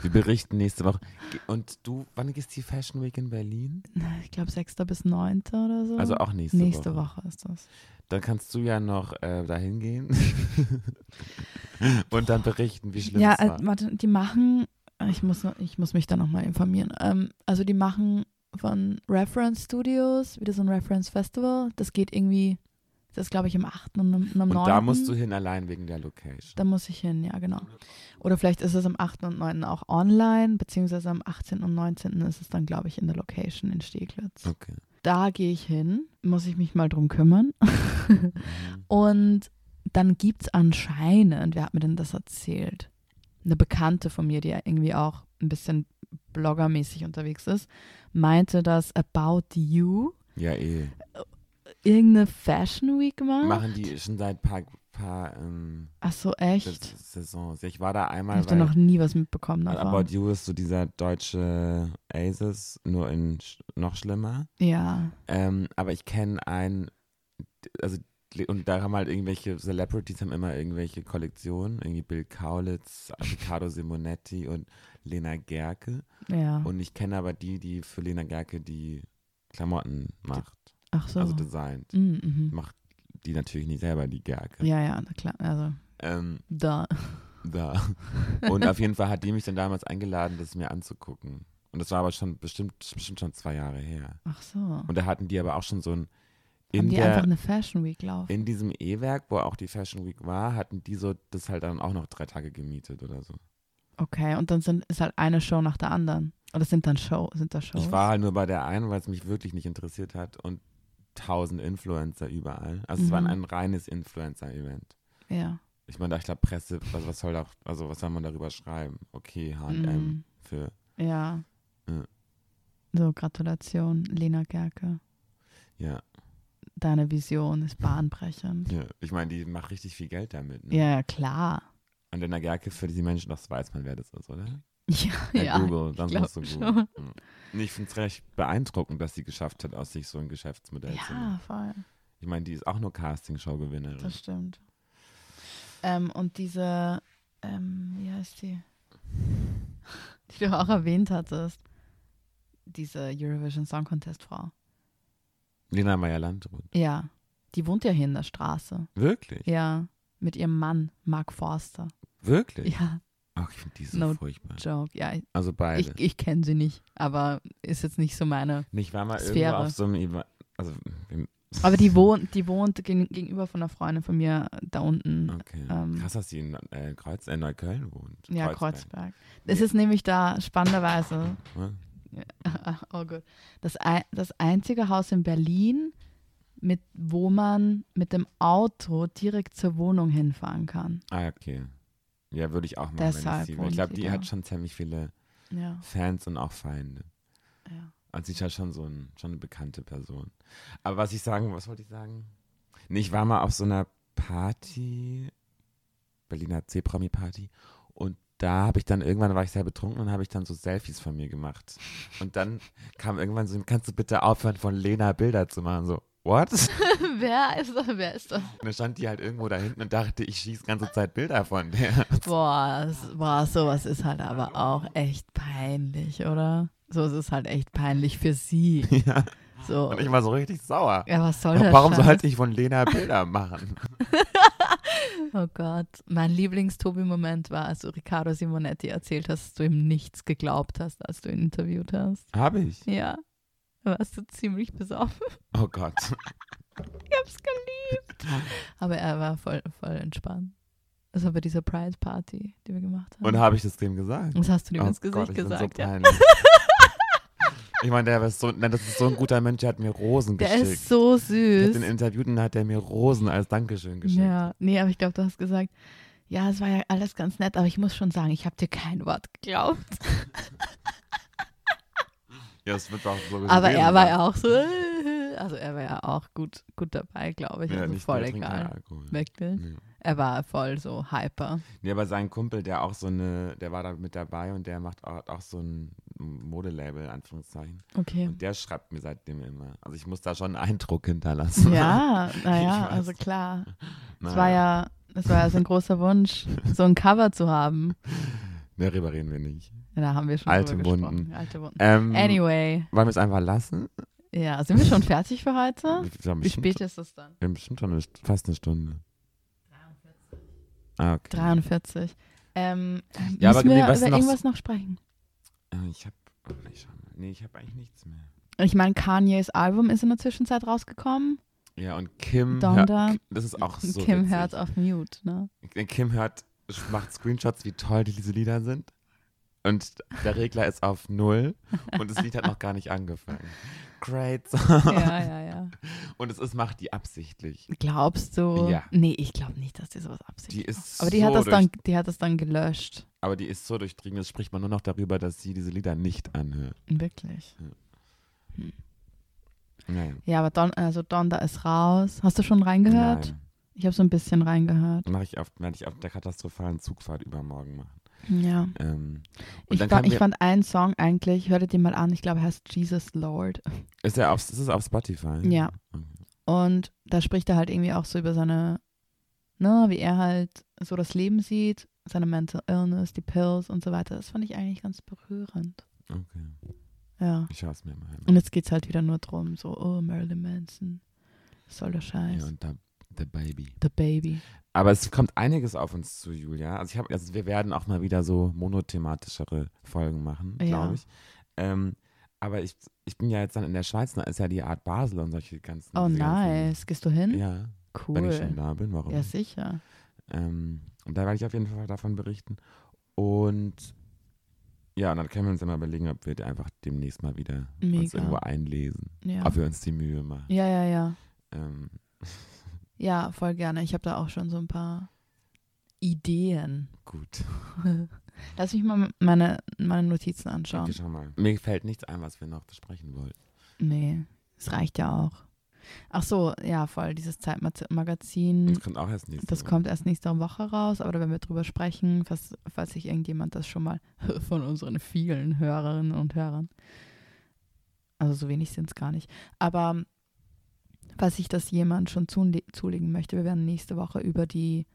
Speaker 2: Wir berichten nächste Woche. Ge- Und du, wann ist die Fashion Week in Berlin?
Speaker 1: [LAUGHS] Ich glaube 6. bis 9. oder so.
Speaker 2: Also auch nächste,
Speaker 1: Nächste
Speaker 2: Woche.
Speaker 1: Woche ist das.
Speaker 2: Dann kannst du ja noch äh, dahin
Speaker 1: [LAUGHS]
Speaker 2: gehen und dann berichten, wie schlimm
Speaker 1: ja,
Speaker 2: es war.
Speaker 1: also, warte, die machen, äh, ich muss, noch- ich muss mich da nochmal informieren. Ähm, also die machen von Reference Studios wieder so ein Reference Festival. Das geht irgendwie, das ist glaube ich am 8. und am, und am 9.
Speaker 2: und da musst du hin allein wegen der Location.
Speaker 1: Da muss ich hin, ja, genau. Oder vielleicht ist es am 8. und 9. auch online, beziehungsweise am 18. und 19. ist es dann, glaube ich, in der Location in Steglitz.
Speaker 2: Okay.
Speaker 1: Da gehe ich hin, muss ich mich mal drum kümmern.
Speaker 2: Mhm.
Speaker 1: Und dann gibt es anscheinend, wer hat mir denn das erzählt? Eine Bekannte von mir, die ja irgendwie auch ein bisschen bloggermäßig unterwegs ist, meinte, dass About You
Speaker 2: Ja, eh.
Speaker 1: irgendeine Fashion Week macht.
Speaker 2: Machen die schon seit paar, paar ähm,
Speaker 1: Ach so,
Speaker 2: S-
Speaker 1: echt?
Speaker 2: Saisons. Ich war da
Speaker 1: Ich
Speaker 2: einmal,
Speaker 1: habe da
Speaker 2: weil
Speaker 1: noch nie was mitbekommen davon.
Speaker 2: About You ist so dieser deutsche Aces, nur in sch noch schlimmer.
Speaker 1: ja.
Speaker 2: Ähm, aber ich kenne einen, also und da haben halt irgendwelche Celebrities haben immer irgendwelche Kollektionen, irgendwie Bill Kaulitz, Riccardo Simonetti und Lena Gerke.
Speaker 1: Ja.
Speaker 2: Und ich kenne aber die, die für Lena Gerke die Klamotten macht,
Speaker 1: Ach so.
Speaker 2: also designt.
Speaker 1: Mm, mhm.
Speaker 2: Macht die natürlich nicht selber die Gerke.
Speaker 1: Ja, ja, na klar. Also
Speaker 2: Ähm,
Speaker 1: da.
Speaker 2: da. Und auf jeden Fall hat die mich dann damals eingeladen, das mir anzugucken. Und das war aber schon bestimmt, bestimmt schon zwei Jahre her.
Speaker 1: Ach so. Haben
Speaker 2: Und da hatten die aber auch schon so ein in
Speaker 1: die
Speaker 2: der
Speaker 1: einfach eine Fashion Week laufen?
Speaker 2: In diesem E-Werk, wo auch die Fashion Week war, hatten die so das halt dann auch noch drei Tage gemietet oder so.
Speaker 1: Okay, und dann sind, ist halt eine Show nach der anderen. Oder sind dann Show, sind da Shows?
Speaker 2: Ich war halt nur bei der einen, weil es mich wirklich nicht interessiert hat und tausend Influencer überall. Also es war
Speaker 1: Mhm.
Speaker 2: ein reines Influencer-Event.
Speaker 1: ja.
Speaker 2: Ich meine, da ich glaube Presse, also was soll da, also was soll man darüber schreiben? Okay, H&M
Speaker 1: Mhm.
Speaker 2: für,
Speaker 1: Ja.
Speaker 2: Ja.
Speaker 1: So, Gratulation, Lena Gerke.
Speaker 2: ja,
Speaker 1: Deine Vision ist bahnbrechend.
Speaker 2: ja. Ich meine, die macht richtig viel Geld damit. Ne?
Speaker 1: Ja, ja klar.
Speaker 2: Und in der Gerke für die Menschen, das weiß man, wer das ist,
Speaker 1: [LAUGHS]
Speaker 2: oder?
Speaker 1: Ja,
Speaker 2: Ja,
Speaker 1: ja.
Speaker 2: Google, dann
Speaker 1: [LAUGHS] glaub
Speaker 2: musst du Google. Mhm. Nee, Ich finde es recht beeindruckend, dass sie geschafft hat, aus sich so ein Geschäftsmodell zu machen.
Speaker 1: Ja, voll.
Speaker 2: Ich meine, die ist auch nur Castingshow-Gewinnerin.
Speaker 1: Das stimmt. Ähm, und diese, ähm, wie heißt die? Die du auch erwähnt hattest. Diese Eurovision Song Contest Frau.
Speaker 2: Lena Meyer-Landrut.
Speaker 1: Ja. Die wohnt ja hier in der Straße.
Speaker 2: Wirklich?
Speaker 1: Ja. Mit ihrem Mann, Mark Forster.
Speaker 2: Wirklich?
Speaker 1: Ja,
Speaker 2: Ach, ich finde die so
Speaker 1: No
Speaker 2: furchtbar.
Speaker 1: Joke. Ja, ich-
Speaker 2: Also beide.
Speaker 1: ich, ich kenne sie nicht, aber ist jetzt nicht so [LAUGHS] meine.
Speaker 2: Ich, war mal
Speaker 1: Sphäre.
Speaker 2: irgendwo auf so einem Eva- also im-
Speaker 1: Aber die wohnt, die wohnt gegen- gegenüber von einer Freundin von mir äh, da unten.
Speaker 2: Okay.
Speaker 1: Ähm.
Speaker 2: Krass, dass sie in äh, Kreuz, äh, Neukölln wohnt.
Speaker 1: Ja,
Speaker 2: Kreuzberg.
Speaker 1: Kreuzberg. Es ist nämlich da spannenderweise
Speaker 2: Ne?
Speaker 1: [LAUGHS] Oh Gott. Das, ei- das einzige Haus in Berlin, mit, wo man mit dem Auto direkt zur Wohnung hinfahren kann.
Speaker 2: Ah, okay. Ja, würde ich auch machen, wenn
Speaker 1: Deshalb
Speaker 2: ich sie will.
Speaker 1: wohnt
Speaker 2: Ich glaube,
Speaker 1: sie
Speaker 2: die
Speaker 1: da.
Speaker 2: hat schon ziemlich viele
Speaker 1: Ja,
Speaker 2: Fans und auch Feinde.
Speaker 1: ja.
Speaker 2: Und sie ist ja Also schon so ein, schon eine bekannte Person. Aber was ich sagen, was wollte ich sagen? Nee, ich war mal auf so einer Party, Berliner C-Promi-Party, und da habe ich dann irgendwann, war ich sehr betrunken und habe ich dann so Selfies von mir gemacht. Und dann kam irgendwann so, kannst du bitte aufhören, von Lena Bilder zu machen? So, what? Und
Speaker 1: [LAUGHS] wer ist das? Wer ist das?
Speaker 2: dann stand die halt irgendwo da hinten und dachte, ich schieße ganze Zeit Bilder von der. [LAUGHS]
Speaker 1: Boah, das, boah, sowas ist halt aber auch echt peinlich, oder? Sowas ist halt echt peinlich für sie.
Speaker 2: ja.
Speaker 1: So.
Speaker 2: Und ich war so richtig sauer.
Speaker 1: Ja, was soll das?
Speaker 2: Warum
Speaker 1: Scheiß?
Speaker 2: sollte ich von Lena Bilder machen?
Speaker 1: Oh Gott, mein Lieblings-Tobi-Moment war, als du Riccardo Simonetti erzählt hast, dass du ihm nichts geglaubt hast, als du ihn interviewt hast.
Speaker 2: Habe ich.
Speaker 1: Ja, da warst du ziemlich besoffen.
Speaker 2: Oh Gott.
Speaker 1: Ich hab's geliebt.
Speaker 2: [LAUGHS]
Speaker 1: Aber er war voll, voll entspannt. Das war bei dieser Pride-Party, die wir gemacht haben.
Speaker 2: Und habe ich das dem gesagt?
Speaker 1: das hast du ihm
Speaker 2: oh
Speaker 1: ins Gesicht
Speaker 2: Gott, ich Bin
Speaker 1: gesagt.
Speaker 2: so
Speaker 1: ja. [LAUGHS]
Speaker 2: peinlich. ich meine, der ist so, nein, das ist so ein guter Mensch, der hat mir Rosen
Speaker 1: Der
Speaker 2: geschickt.
Speaker 1: ist so
Speaker 2: ich hab den
Speaker 1: süß.
Speaker 2: interviewt und hat er mir Rosen als Dankeschön geschickt.
Speaker 1: Ja, nee, aber ich glaube, du hast gesagt, ja, es war ja alles ganz nett, aber ich muss schon sagen, ich habe dir kein Wort geglaubt.
Speaker 2: Ja, das wird auch so
Speaker 1: Aber
Speaker 2: gewesen
Speaker 1: er war
Speaker 2: sein.
Speaker 1: ja auch so, [LAUGHS] äh, also er war ja auch gut, gut dabei, glaube ich.
Speaker 2: Ja,
Speaker 1: also
Speaker 2: nicht
Speaker 1: voll
Speaker 2: mehr trinken, kein
Speaker 1: egal.
Speaker 2: Alkohol.
Speaker 1: Wirklich.
Speaker 2: Nee.
Speaker 1: Er war voll so hyper.
Speaker 2: Nee, aber sein Kumpel, der auch so eine, der war da mit dabei und der macht auch, hat auch so ein Modelabel, Anführungszeichen. [LAUGHS]
Speaker 1: Okay.
Speaker 2: Und der schreibt mir seitdem immer. Also ich muss da schon einen Eindruck hinterlassen.
Speaker 1: Ja, naja,
Speaker 2: weiß.
Speaker 1: also klar. Es
Speaker 2: [LAUGHS] Naja.
Speaker 1: war ja, es war ja so ein
Speaker 2: [LAUGHS]
Speaker 1: großer Wunsch, so ein Cover zu haben.
Speaker 2: Darüber reden wir nicht.
Speaker 1: Da haben wir schon
Speaker 2: Alte
Speaker 1: drüber gesprochen.
Speaker 2: Wunden.
Speaker 1: Alte Wunden.
Speaker 2: Ähm,
Speaker 1: Anyway,
Speaker 2: Wollen wir es einfach lassen?
Speaker 1: ja, sind wir schon fertig für heute?
Speaker 2: Wir haben
Speaker 1: Wie
Speaker 2: bestimmt-
Speaker 1: spät ist es dann?
Speaker 2: Wir haben bestimmt schon eine, St- fast eine Stunde. Ah, okay.
Speaker 1: 43. Ähm,
Speaker 2: Ja, aber
Speaker 1: müssen wir
Speaker 2: nee, was
Speaker 1: über
Speaker 2: noch-
Speaker 1: irgendwas noch sprechen?
Speaker 2: Äh, Ich habe, ich schau mal. Nee, ich habe eigentlich nichts mehr.
Speaker 1: Ich meine, Kanyes Album ist in der Zwischenzeit rausgekommen.
Speaker 2: Ja, und Kim,
Speaker 1: Donda.
Speaker 2: hör- das ist auch so
Speaker 1: Kim
Speaker 2: witzig. Äh,
Speaker 1: hört auf Mute,
Speaker 2: [LAUGHS]
Speaker 1: ne?
Speaker 2: Kim hört, macht Screenshots, wie toll diese Lieder sind. Und der Regler ist auf Null und das Lied hat noch gar nicht angefangen. Great Song.
Speaker 1: Ja, ja, ja.
Speaker 2: Und es ist, macht die absichtlich.
Speaker 1: Glaubst du?
Speaker 2: Ja.
Speaker 1: Nee, ich glaube nicht, dass die sowas absichtlich
Speaker 2: Die ist
Speaker 1: Aber die
Speaker 2: so
Speaker 1: hat das
Speaker 2: durch,
Speaker 1: dann, die hat das dann gelöscht.
Speaker 2: Aber die ist so durchdringend, es spricht man nur noch darüber, dass sie diese Lieder nicht anhört.
Speaker 1: Wirklich.
Speaker 2: Hm. Naja.
Speaker 1: Ja, aber Don, also Donda ist raus. Hast du schon reingehört?
Speaker 2: Nein.
Speaker 1: Ich habe so ein bisschen reingehört.
Speaker 2: Mache ich auf, werde ich auf der katastrophalen Zugfahrt übermorgen machen.
Speaker 1: Ja.
Speaker 2: Ähm, und
Speaker 1: Ich,
Speaker 2: dann
Speaker 1: fa
Speaker 2: kann
Speaker 1: ich
Speaker 2: wir,
Speaker 1: fand einen Song eigentlich, hör dir den mal an, ich glaube, er heißt Jesus Lord.
Speaker 2: ist er auf, ist es auf Spotify?
Speaker 1: Ja. Und da spricht er halt irgendwie auch so über seine, ne, wie er halt so das Leben sieht, seine Mental Illness, die Pills und so weiter. Das fand ich eigentlich ganz berührend.
Speaker 2: Okay.
Speaker 1: Ja.
Speaker 2: Ich schaue es mir mal an.
Speaker 1: Und jetzt geht's halt wieder nur drum, so, oh, Marilyn Manson, was soll der Scheiß?
Speaker 2: Ja, und da, The Baby.
Speaker 1: The Baby.
Speaker 2: Aber es kommt einiges auf uns zu, Julia. Also, ich hab, also wir werden auch mal wieder so monothematischere Folgen machen,
Speaker 1: Ja.
Speaker 2: glaube ich. Ähm, aber ich, ich bin ja jetzt dann in der Schweiz, da ist ja die Art Basel und solche ganzen.
Speaker 1: Oh,
Speaker 2: diese ganzen-
Speaker 1: nice. Gehst du hin?
Speaker 2: Ja,
Speaker 1: cool.
Speaker 2: wenn ich schon da bin, warum?
Speaker 1: ja, sicher.
Speaker 2: Ähm, und da werde ich auf jeden Fall davon berichten. Und ja, und dann können wir uns ja mal überlegen, ob wir einfach demnächst mal wieder uns
Speaker 1: Mega.
Speaker 2: irgendwo einlesen.
Speaker 1: Ja.
Speaker 2: Ob wir uns die Mühe machen.
Speaker 1: ja, ja, ja.
Speaker 2: Ähm,
Speaker 1: Ja, voll gerne. Ich habe da auch schon so ein paar Ideen.
Speaker 2: gut.
Speaker 1: Lass mich mal meine, meine Notizen anschauen.
Speaker 2: Okay, schau mal. Mir fällt nichts ein, was wir noch besprechen wollten.
Speaker 1: Nee, es reicht ja auch. Ach so, ja, voll, dieses Zeitmagazin.
Speaker 2: Das kommt auch erst nächste
Speaker 1: Hm. Das
Speaker 2: Woche.
Speaker 1: kommt erst nächste Woche raus, aber da werden wir drüber sprechen, falls, falls sich irgendjemand das schon mal [LAUGHS] von unseren vielen Hörerinnen und Hörern. Also so wenig sind es gar nicht. Aber was sich das jemand schon zule zulegen möchte, wir werden nächste Woche über die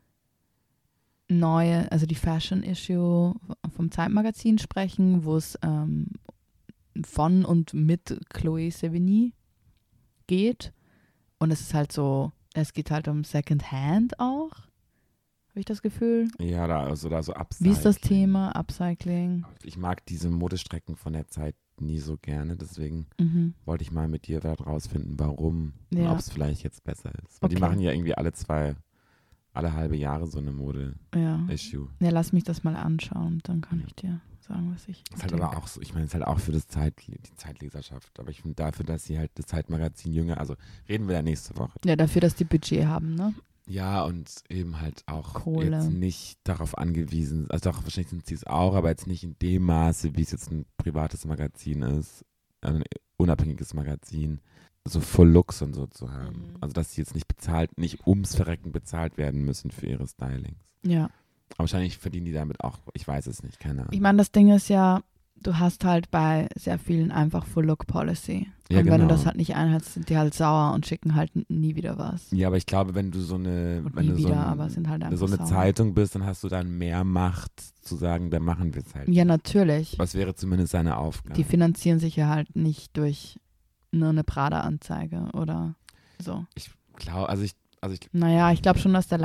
Speaker 1: neue, also die Fashion Issue vom Zeitmagazin sprechen, wo es ähm, von und mit Chloe Sevigny geht. Und es ist halt so, es geht halt um Secondhand auch, habe ich das Gefühl.
Speaker 2: Ja, da, also da so Upcycling.
Speaker 1: Wie ist das Thema? Upcycling.
Speaker 2: Ich mag diese Modestrecken von der Zeit nie so gerne, deswegen
Speaker 1: Mhm.
Speaker 2: wollte ich mal mit dir da rausfinden, warum und
Speaker 1: Ja.
Speaker 2: ob es vielleicht jetzt besser ist. Weil Die
Speaker 1: Okay.
Speaker 2: machen ja irgendwie alle zwei, alle halbe Jahre so eine Mode-Issue.
Speaker 1: Ja. ja, lass mich das mal anschauen, dann kann ich dir sagen, was ich.
Speaker 2: Ist halt
Speaker 1: denke.
Speaker 2: aber auch so, ich meine, ist halt auch für das Zeit, die Zeitleserschaft. Aber ich finde dafür, dass sie halt das Zeitmagazin jünger, also reden wir ja nächste Woche.
Speaker 1: Ja, dafür, dass die Budget haben, ne?
Speaker 2: Ja, und eben halt auch
Speaker 1: Kohle.
Speaker 2: jetzt nicht darauf angewiesen, also doch, wahrscheinlich sind sie es auch, aber jetzt nicht in dem Maße, wie es jetzt ein privates Magazin ist, ein unabhängiges Magazin, so Full Looks und so zu haben.
Speaker 1: Mhm.
Speaker 2: Also, dass sie jetzt nicht bezahlt, nicht ums Verrecken bezahlt werden müssen für ihre Stylings.
Speaker 1: Ja.
Speaker 2: Aber wahrscheinlich verdienen die damit auch, ich weiß es nicht, keine Ahnung.
Speaker 1: Ich meine, das Ding ist ja, du hast halt bei sehr vielen einfach Full Look Policy.
Speaker 2: Ja,
Speaker 1: und wenn du
Speaker 2: genau.
Speaker 1: das halt nicht einhältst, sind die halt sauer und schicken halt n- nie wieder was.
Speaker 2: ja, aber ich glaube, wenn du so eine,
Speaker 1: Und
Speaker 2: wenn
Speaker 1: nie
Speaker 2: du so,
Speaker 1: wieder,
Speaker 2: ein-
Speaker 1: aber sind halt einfach
Speaker 2: so eine
Speaker 1: sauer.
Speaker 2: Zeitung bist, dann hast du dann mehr Macht zu sagen, dann machen wir es halt.
Speaker 1: Ja, natürlich.
Speaker 2: Was wäre zumindest seine Aufgabe?
Speaker 1: Die finanzieren sich ja halt nicht durch nur eine Prada-Anzeige oder so.
Speaker 2: Klar, also ich, also ich,
Speaker 1: Naja, ich glaube schon, dass der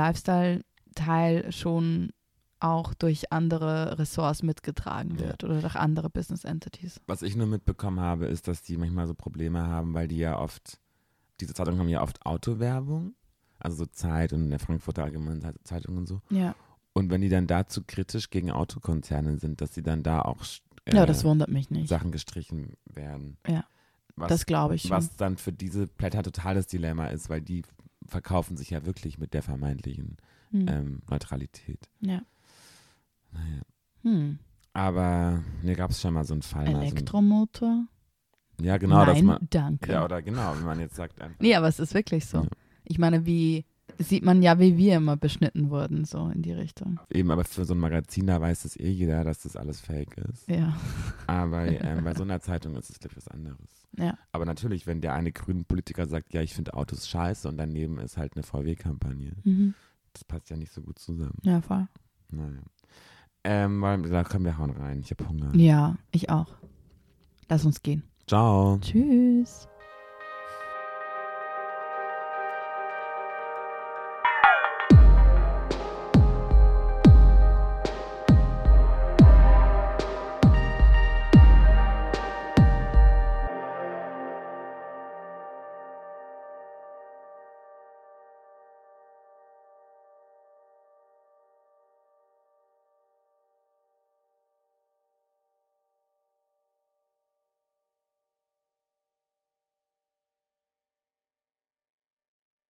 Speaker 1: Lifestyle-Teil schon auch durch andere Ressorts mitgetragen
Speaker 2: Ja.
Speaker 1: wird oder durch andere Business Entities.
Speaker 2: was ich nur mitbekommen habe, ist, dass die manchmal so Probleme haben, weil die ja oft, diese Zeitungen haben ja oft Autowerbung, also so Zeit und der Frankfurter Allgemeinen Ze- Zeitung und so.
Speaker 1: Ja.
Speaker 2: Und wenn die dann dazu kritisch gegen Autokonzerne sind, dass sie dann da auch sch- äh,
Speaker 1: Ja, das wundert mich nicht.
Speaker 2: Sachen gestrichen werden.
Speaker 1: Ja.
Speaker 2: Was,
Speaker 1: das glaube ich schon.
Speaker 2: was dann für diese Blätter totales Dilemma ist, weil die verkaufen sich ja wirklich mit der vermeintlichen
Speaker 1: hm.
Speaker 2: ähm, Neutralität.
Speaker 1: Ja.
Speaker 2: Naja.
Speaker 1: Hm.
Speaker 2: Aber mir gab es schon mal so einen Fall. mal
Speaker 1: Elektromotor?
Speaker 2: So einen, ja, genau, dass
Speaker 1: Nein,
Speaker 2: man.
Speaker 1: danke.
Speaker 2: Ja, oder genau, wenn man jetzt sagt, einfach.
Speaker 1: nee, aber es ist wirklich so.
Speaker 2: Ja.
Speaker 1: Ich meine, wie sieht man ja, wie wir immer beschnitten wurden, so in die Richtung.
Speaker 2: Eben, aber für so ein Magazin, da weiß das eh jeder, dass das alles fake ist.
Speaker 1: Ja.
Speaker 2: Aber ähm, bei so einer Zeitung ist es, glaube ich, was anderes.
Speaker 1: Ja.
Speaker 2: Aber natürlich, wenn der eine grüne Politiker sagt, ja, ich finde Autos scheiße und daneben ist halt eine VW-Kampagne.
Speaker 1: Mhm.
Speaker 2: Das passt ja nicht so gut zusammen.
Speaker 1: Ja, voll.
Speaker 2: Naja. Ähm, wollen- da können wir hauen rein. Ich habe Hunger.
Speaker 1: Ja, ich auch. Lass uns gehen.
Speaker 2: Ciao.
Speaker 1: Tschüss.